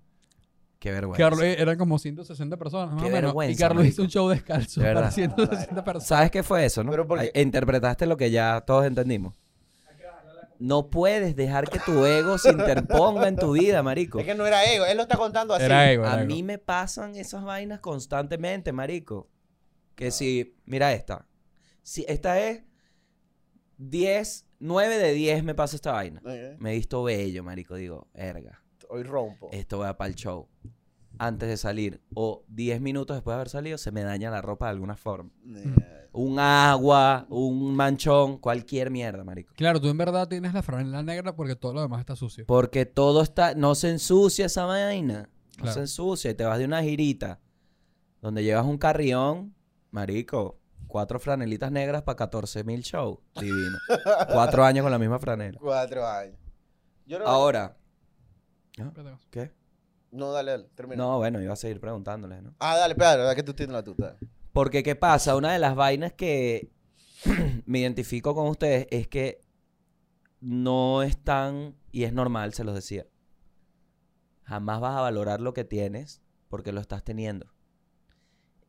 Qué vergüenza. Carlos eh, eran como 160 personas más Pues. Qué o menos. Y vergüenza, Carlos hizo marico. un show descalzo De para verdad. 160 personas. ¿Sabes qué fue eso, no? Pero porque- Ay, Interpretaste lo que ya todos entendimos. No puedes dejar que tu ego se interponga en tu vida, marico. Es que no era ego, él lo está contando así. Era ego, era A ego. mí me pasan esas vainas constantemente, marico. Que si, mira esta. Si esta es 10, 9 de 10 me pasa esta vaina. Eh, Me he visto bello, marico. Digo, erga, Hoy rompo. esto va para el show. Antes de salir o 10 minutos después de haber salido, se me daña la ropa de alguna forma. Eh, Un agua, un manchón, cualquier mierda, marico. Claro, tú en verdad tienes la franela negra porque todo lo demás está sucio. Porque todo está. No se ensucia esa vaina. No Claro. se ensucia. Y te vas de una girita donde llevas un carrión, marico. Cuatro franelitas negras para 14 mil shows. Divino. Cuatro años con la misma franela. Cuatro años. Yo no, Ahora. ¿Qué? no dale, dale, termina. No, bueno, iba a seguir preguntándoles, ¿no? Ah, dale, Pedro, dale, que tú tienes la tuta. Porque, ¿qué pasa? Una de las vainas que me identifico con ustedes es que no están, y es normal, se los decía, jamás vas a valorar lo que tienes porque lo estás teniendo.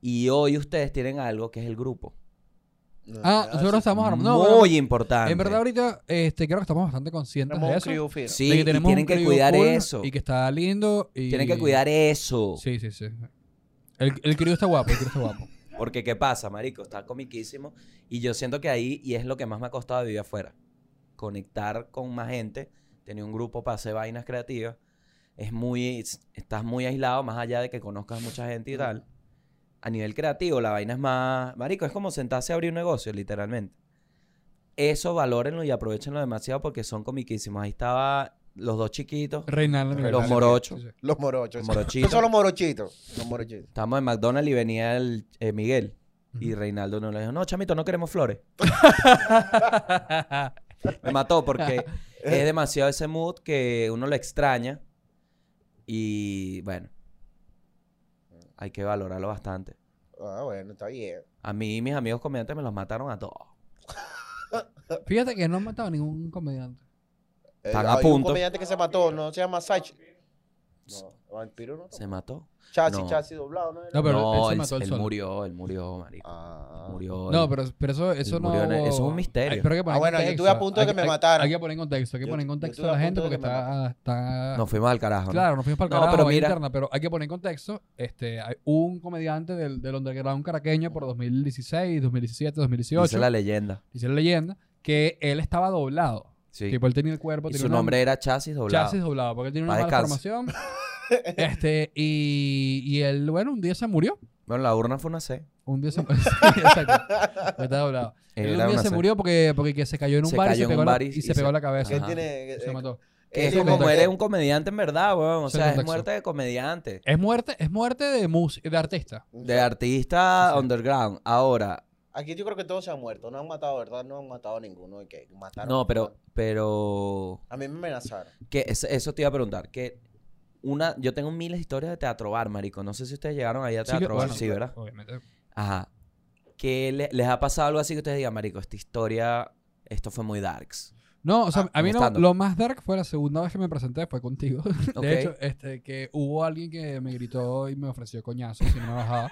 Y hoy ustedes tienen algo que es el grupo. No, Ah, ya, nosotros sí. estamos armando. Muy No, importante. en verdad, ahorita este, creo que estamos bastante conscientes Tenemos de un eso. crew fino. Sí, de y que tenemos tienen un que crew cuidar cool eso. Y que está lindo. Y... Tienen que cuidar eso. Sí, sí, sí. El, el crío está guapo, el crío está guapo. Porque, ¿qué pasa, marico? Está comiquísimo. Y yo siento que ahí, y es lo que más me ha costado vivir afuera. Conectar con más gente. Tener un grupo para hacer vainas creativas. Es muy... es- Estás muy aislado, más allá de que conozcas mucha gente y tal. A nivel creativo, la vaina es más... Marico, es como sentarse a abrir un negocio, literalmente. Eso valórenlo y aprovechenlo demasiado porque son comiquísimos. Ahí estaba los dos chiquitos. Reinaldo. mira. Los morochos. Sí, sí. Los morochos. Los sí. morochitos. Son los morochitos. Los morochitos. Estábamos en McDonald's y venía el, eh, Miguel. Y Reinaldo no le dijo, no, chamito, no queremos flores. Me mató porque es demasiado ese mood que uno lo extraña. Y bueno, hay que valorarlo bastante. Ah, bueno, está bien. A mí y mis amigos comediantes me los mataron a todos. Fíjate que no han matado a ningún comediante. Eh, Están a hay punto. un comediante que se mató, no se llama Sachi. No, vampiro no. Se mató. Chasis, no. chasis doblado, ¿no? era? No, pero él no, se él, mató él él solo. murió, él murió, marico. Ah. Murió. No, él. pero, pero eso, eso no. murió en- e, eso es un misterio. Ay, pero hay que poner Ah, bueno, en yo contexto. estuve a punto de Hay que me hay- mataran. Hay que poner en contexto, hay que Yo- poner en yo contexto estuve a a la gente punto de porque que me está. está... Nos fuimos al carajo. ¿no? Claro, nos fuimos para el No, carajo, pero hay mira- interna, pero hay que poner en contexto, este, hay un comediante del, del underground caraqueño por 2016, 2017, 2018, Dice la leyenda. dice la leyenda, que él estaba doblado. Sí. Tipo, él tenía el cuerpo, Y tenía su una- nombre era Chasis Doblado. Chasis doblado, porque él tiene una Paz mala descanse. formación. este, y, y él, bueno, un día se murió. Bueno, la urna fue una C. Un día se murió. exacto. porque Está doblado. Él Era un día una se C. murió porque, porque que se cayó en un Se bar, y cayó se, en pegó un la- bar y- y se y se- pegó la cabeza. ¿Qué Ajá. tiene? eh, Se mató. Que eh, es Sí, como contexto. eres un comediante en verdad, weón. O Sí, sea, es contexto. muerte de comediante. Es muerte, es muerte de mus de artista. De artista Sí. underground. Ahora, Aquí yo creo que todos se han muerto. No han matado, ¿verdad? No han matado a ninguno. y que mataron. no, pero, pero, A mí me amenazaron. que es- eso te iba a preguntar. Que una, yo tengo miles de historias de teatro bar, marico. No sé si ustedes llegaron allá a Sí, que- teatro bar, bueno, sí, ¿verdad? Obviamente. Ajá. Que le- les ha pasado algo así que ustedes digan, marico, esta historia, esto fue muy darks. No, o sea, Ah, a mí como no, stand-up. lo más dark fue la segunda vez que me presenté, fue contigo. Ok. De hecho, este, que hubo alguien que me gritó y me ofreció coñazo si no me bajaba.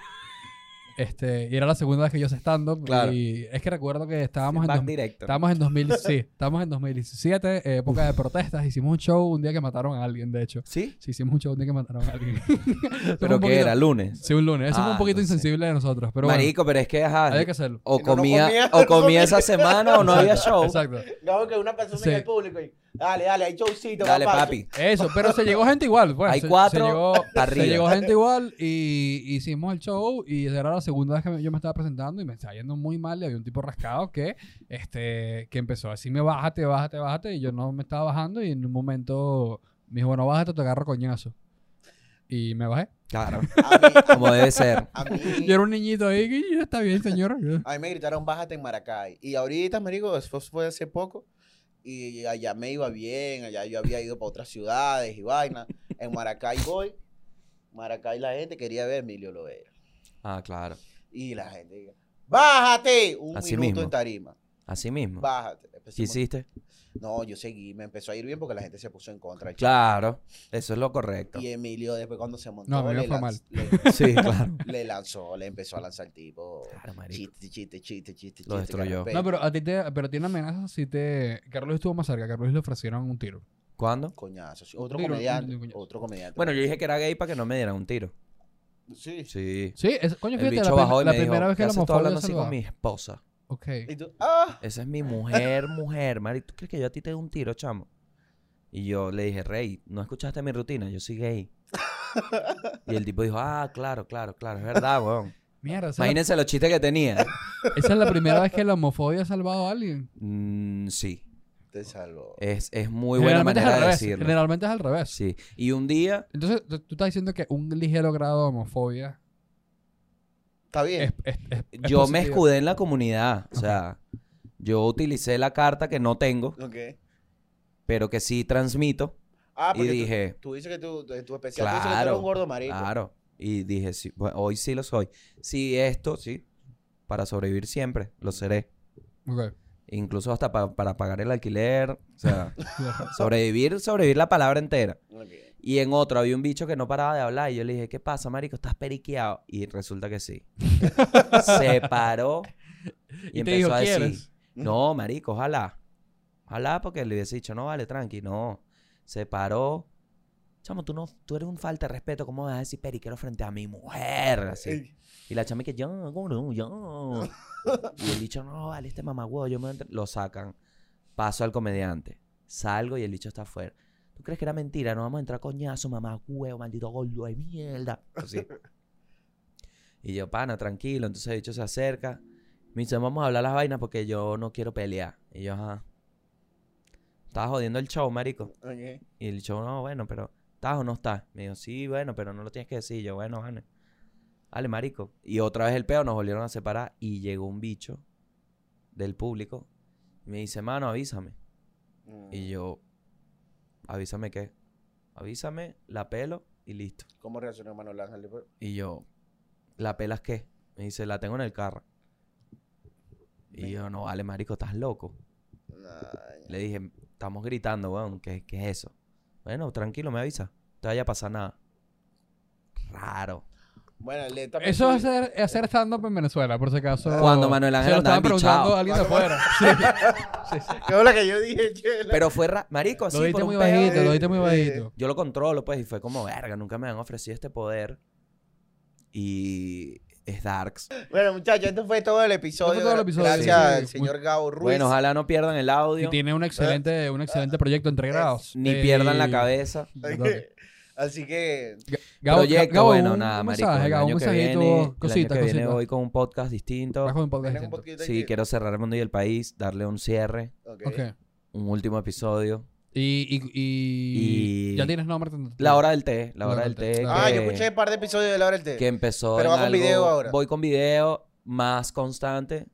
Este, y era la segunda vez que yo hice stand-up. Claro. Y es que recuerdo que estábamos en, Back dos- directo. estábamos en 2000, sí, estábamos en 2017, eh, época de protestas. Hicimos un show un día que mataron a alguien, de hecho. ¿Sí? Sí, hicimos un show un día que mataron a alguien. Eso fue Pero un que poquito- era lunes. Sí, un lunes. Eso Ah, fue un poquito entonces sí. insensible de nosotros. Pero bueno, Marico, pero es que, ajá, había que hacerlo. o Si no, no comía, comía, o comía no comía. esa semana o no había Exacto, show. Exacto. Claro que una persona Sí. en el público y... Dale, dale, hay showcito. Dale, papá. papi. Eso, pero se llegó gente igual. Pues, Hay se- cuatro Se llegó, pa' arriba. se llegó gente igual y hicimos el show y era la segunda vez que me- yo me estaba presentando y me estaba yendo muy mal y había un tipo rascado que, este, que empezó así, me bájate, bájate, bájate y yo no me estaba bajando y en un momento me dijo, bueno, bájate, te agarro coñazo. Y me bajé. Claro, A mí, como debe ser. a mí- Yo era un niñito ahí que "Ya está bien, señor. A mí me gritaron, bájate en Maracay. Y ahorita, me digo, eso fue hace poco. Y allá me iba bien, allá yo había ido para otras ciudades y vaina. En Maracay voy. Maracay la gente quería ver a Emilio Lovera. Ah, claro. Y la gente diga, bájate. Un Así minuto mismo. en tarima. Así mismo. Bájate. ¿Qué Empecemos- hiciste? No, yo seguí, me empezó a ir bien porque la gente se puso en contra. chico. Claro, eso es lo correcto. Y Emilio después cuando se montó, No, Emilio le, fue lanz- mal. le- Sí, claro. le lanzó, le empezó a lanzar tipo Claro, marico. chiste, chiste, chiste, chiste, Lo chiste, destruyó. carapé. No, pero a ti te, pero tiene amenazas si te... Carlos estuvo más cerca, Carlos le ofrecieron un tiro. ¿Cuándo? Coñazo. sí. Otro Tiro, comediante. tiro, coñazo. Otro comediante. Bueno, yo dije que era gay para que no me dieran un tiro. sí. Sí. Sí, es- coño, El fíjate, la, bicho prim- bajó y la me primera dijo, vez que la "¿Qué haces tú homofobia hablando así con salvaba. mi esposa. Ok. Y tú, ¡ah! Esa es mi mujer, mujer. Mari, ¿tú crees que yo a ti te dé un tiro, chamo? Y yo le dije, Rey, ¿no escuchaste mi rutina? Yo soy gay. Y el tipo dijo, ah, claro, claro, claro, es verdad, weón. Mierda, esa es la Imagínense los chistes que tenía. Esa es la primera vez que la homofobia ha salvado a alguien. Mm, sí, Te salvó. Eh, es, es muy buena es manera al de revés. decirlo. Generalmente es al revés. Sí. Y un día Entonces, tú tú estás diciendo que un ligero grado de homofobia Está es, bien. es- es- es yo me positivo. escudé en la comunidad. O sea, yo utilicé la carta que no tengo, Ok. pero que sí transmito. Ah, y porque tú- dije, tú, dices que tú, en tu especial, tú dices que tú eres Claro, un gordo marico. claro. Y dije, sí, bueno, hoy sí lo soy. Sí, esto, sí. Para sobrevivir siempre, lo seré. Ok. Incluso hasta pa- para pagar el alquiler. O sea, Mierda. sobrevivir, sobrevivir la palabra entera. Ok. Y en otro había un bicho que no paraba de hablar. Y yo le dije, ¿qué pasa, marico? ¿Estás periqueado? Y resulta que sí. Se paró y, Y te empezó dijo, a decir. ¿quieres? No, marico, ojalá. Ojalá porque le hubiese dicho, no, vale, tranqui, no. Se paró. Chamo, tú, no, tú eres un falta de respeto. ¿Cómo me vas a decir periquero frente a mi mujer? Así. Ey, Y la chama que yo, ¿cómo no? Yo. Y el dicho, no, vale, este mamagüeo, yo me... entre-". Lo sacan. Paso al comediante. Salgo y el dicho está afuera. ¿Tú crees que era mentira? No vamos a entrar coñazo, mamagüeo, maldito gordo de mierda. Así. Y yo, pana, tranquilo. Entonces el dicho se acerca. Me dice, vamos a hablar las vainas porque yo no quiero pelear. Y yo, ajá. Estaba jodiendo el show, marico. ok. Y el show, no, bueno, pero ¿estás o no estás? Me dijo, sí, bueno, pero no lo tienes que decir. Yo, bueno, vale. Dale, marico. Y otra vez el peo, nos volvieron a separar y llegó un bicho del público. Y me dice, mano, avísame. Mm. Y yo, avísame qué. Avísame, la pelo y listo. ¿Cómo reaccionó Manuel Ángel? Y yo, ¿la pelas qué? Me dice, la tengo en el carro. Y yo, no, vale, marico, estás loco. Nah, Le dije, estamos gritando, weón, ¿qué, qué es eso? Bueno, tranquilo, me avisa. Te te vaya a pasar nada. Raro. Bueno, el de- también Eso soy- es hacer, es hacer stand-up en Venezuela, por si acaso. Cuando Manuel Ángel Se lo andaba estaban preguntando bichado. a alguien de afuera. Sí, sí, sí. ¿Qué es lo que yo dije, che, la- Pero fue ra- marico, Lo así dijiste por muy un peo bajito, de- lo dijiste muy eh, bajito. Yo lo controlo, pues, y fue como, verga, nunca me han ofrecido este poder. Y es Darks. Bueno, muchachos, esto fue todo el episodio. Esto fue todo el episodio, Gracias sí. al señor Gabo Ruiz. Bueno, ojalá no pierdan el audio, Y tiene un excelente, un excelente proyecto entre grados. ni Eh, pierdan la cabeza. Así que Gabo, Proyecto, Gabo, bueno, un- nada, un marico. mensaje, el Gabo, un año que mensajito, viene- el año cositas, que viene cositas. voy con un podcast distinto. Bajo un podcast tenés un distinto. poquito de Sí, tiempo. quiero cerrar el mundo y el país, darle un cierre, Ok. Ok. un último episodio. Y, y, y- Y- ya tienes nombre. tanto- La hora del té, la hora del té. claro. Ah, que- yo escuché un par de episodios de la hora del té. que empezó Pero en va con algo- video ahora. Voy con video más constante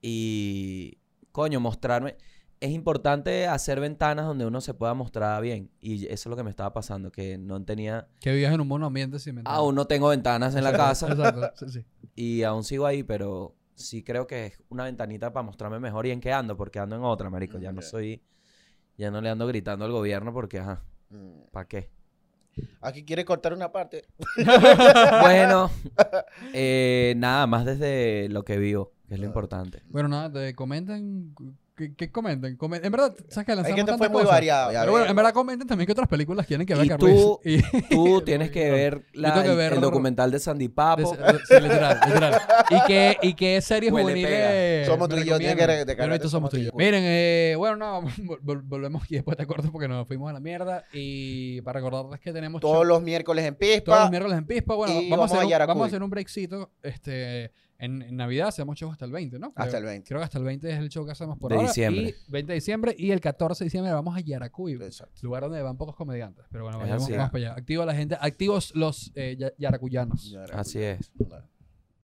y coño, mostrarme es importante hacer ventanas donde uno se pueda mostrar bien y eso es lo que me estaba pasando que no tenía Que vivías en un buen ambiente sin mentira. aún no tengo ventanas en la Ah, casa Exacto, sí, sí. y aún sigo ahí, pero sí creo que es una ventanita para mostrarme mejor y en qué ando porque ando en otra, marico, ya no Ya. soy ya no le ando gritando al gobierno porque ajá, Mm. ¿para qué? Aquí quiere cortar una parte. Bueno, eh, nada más desde lo que vivo, que es lo importante. Bueno, nada, te comenten. ¿Qué, qué comenten? Comen- En verdad, sabes que lanzamos Es que esto fue tantas muy cosas. variado. ya Pero bueno, veo. en verdad comenten también qué otras películas quieren que vea Y Carlos. tú- Y- Tú tienes que Yo ver, la- tengo que el- ver- el documental de Sandy de- Papo. sí, literal, literal. Y qué, y qué series Huele juveniles. pega. Somos tú eh, me y yo, tiene recomiendan. que re- de Bueno, Carlos, estos somos tú y yo. somos tú y yo. Miren, eh, bueno, no, vol- vol- volvemos y después te corto porque nos fuimos a la mierda. Y para recordarles que tenemos show- Todos los miércoles en Pispa. todos los miércoles en Pispa. Bueno, Y vamos, vamos a a hacer un, Yaracuy. vamos a hacer un breakcito. Este, en, en Navidad hacemos shows hasta el 20, ¿no? Hasta Creo- el 20. Creo que hasta el 20 es el show que hacemos por De ahora. diciembre. Y 20 de diciembre. Y el 14 de diciembre vamos a Yaracuy, Exacto. lugar donde van pocos comediantes. Pero bueno, Es vayamos, así. vamos para allá. Activa la gente, activos los eh, ya- yaracuyanos. Ya, Así es. Claro.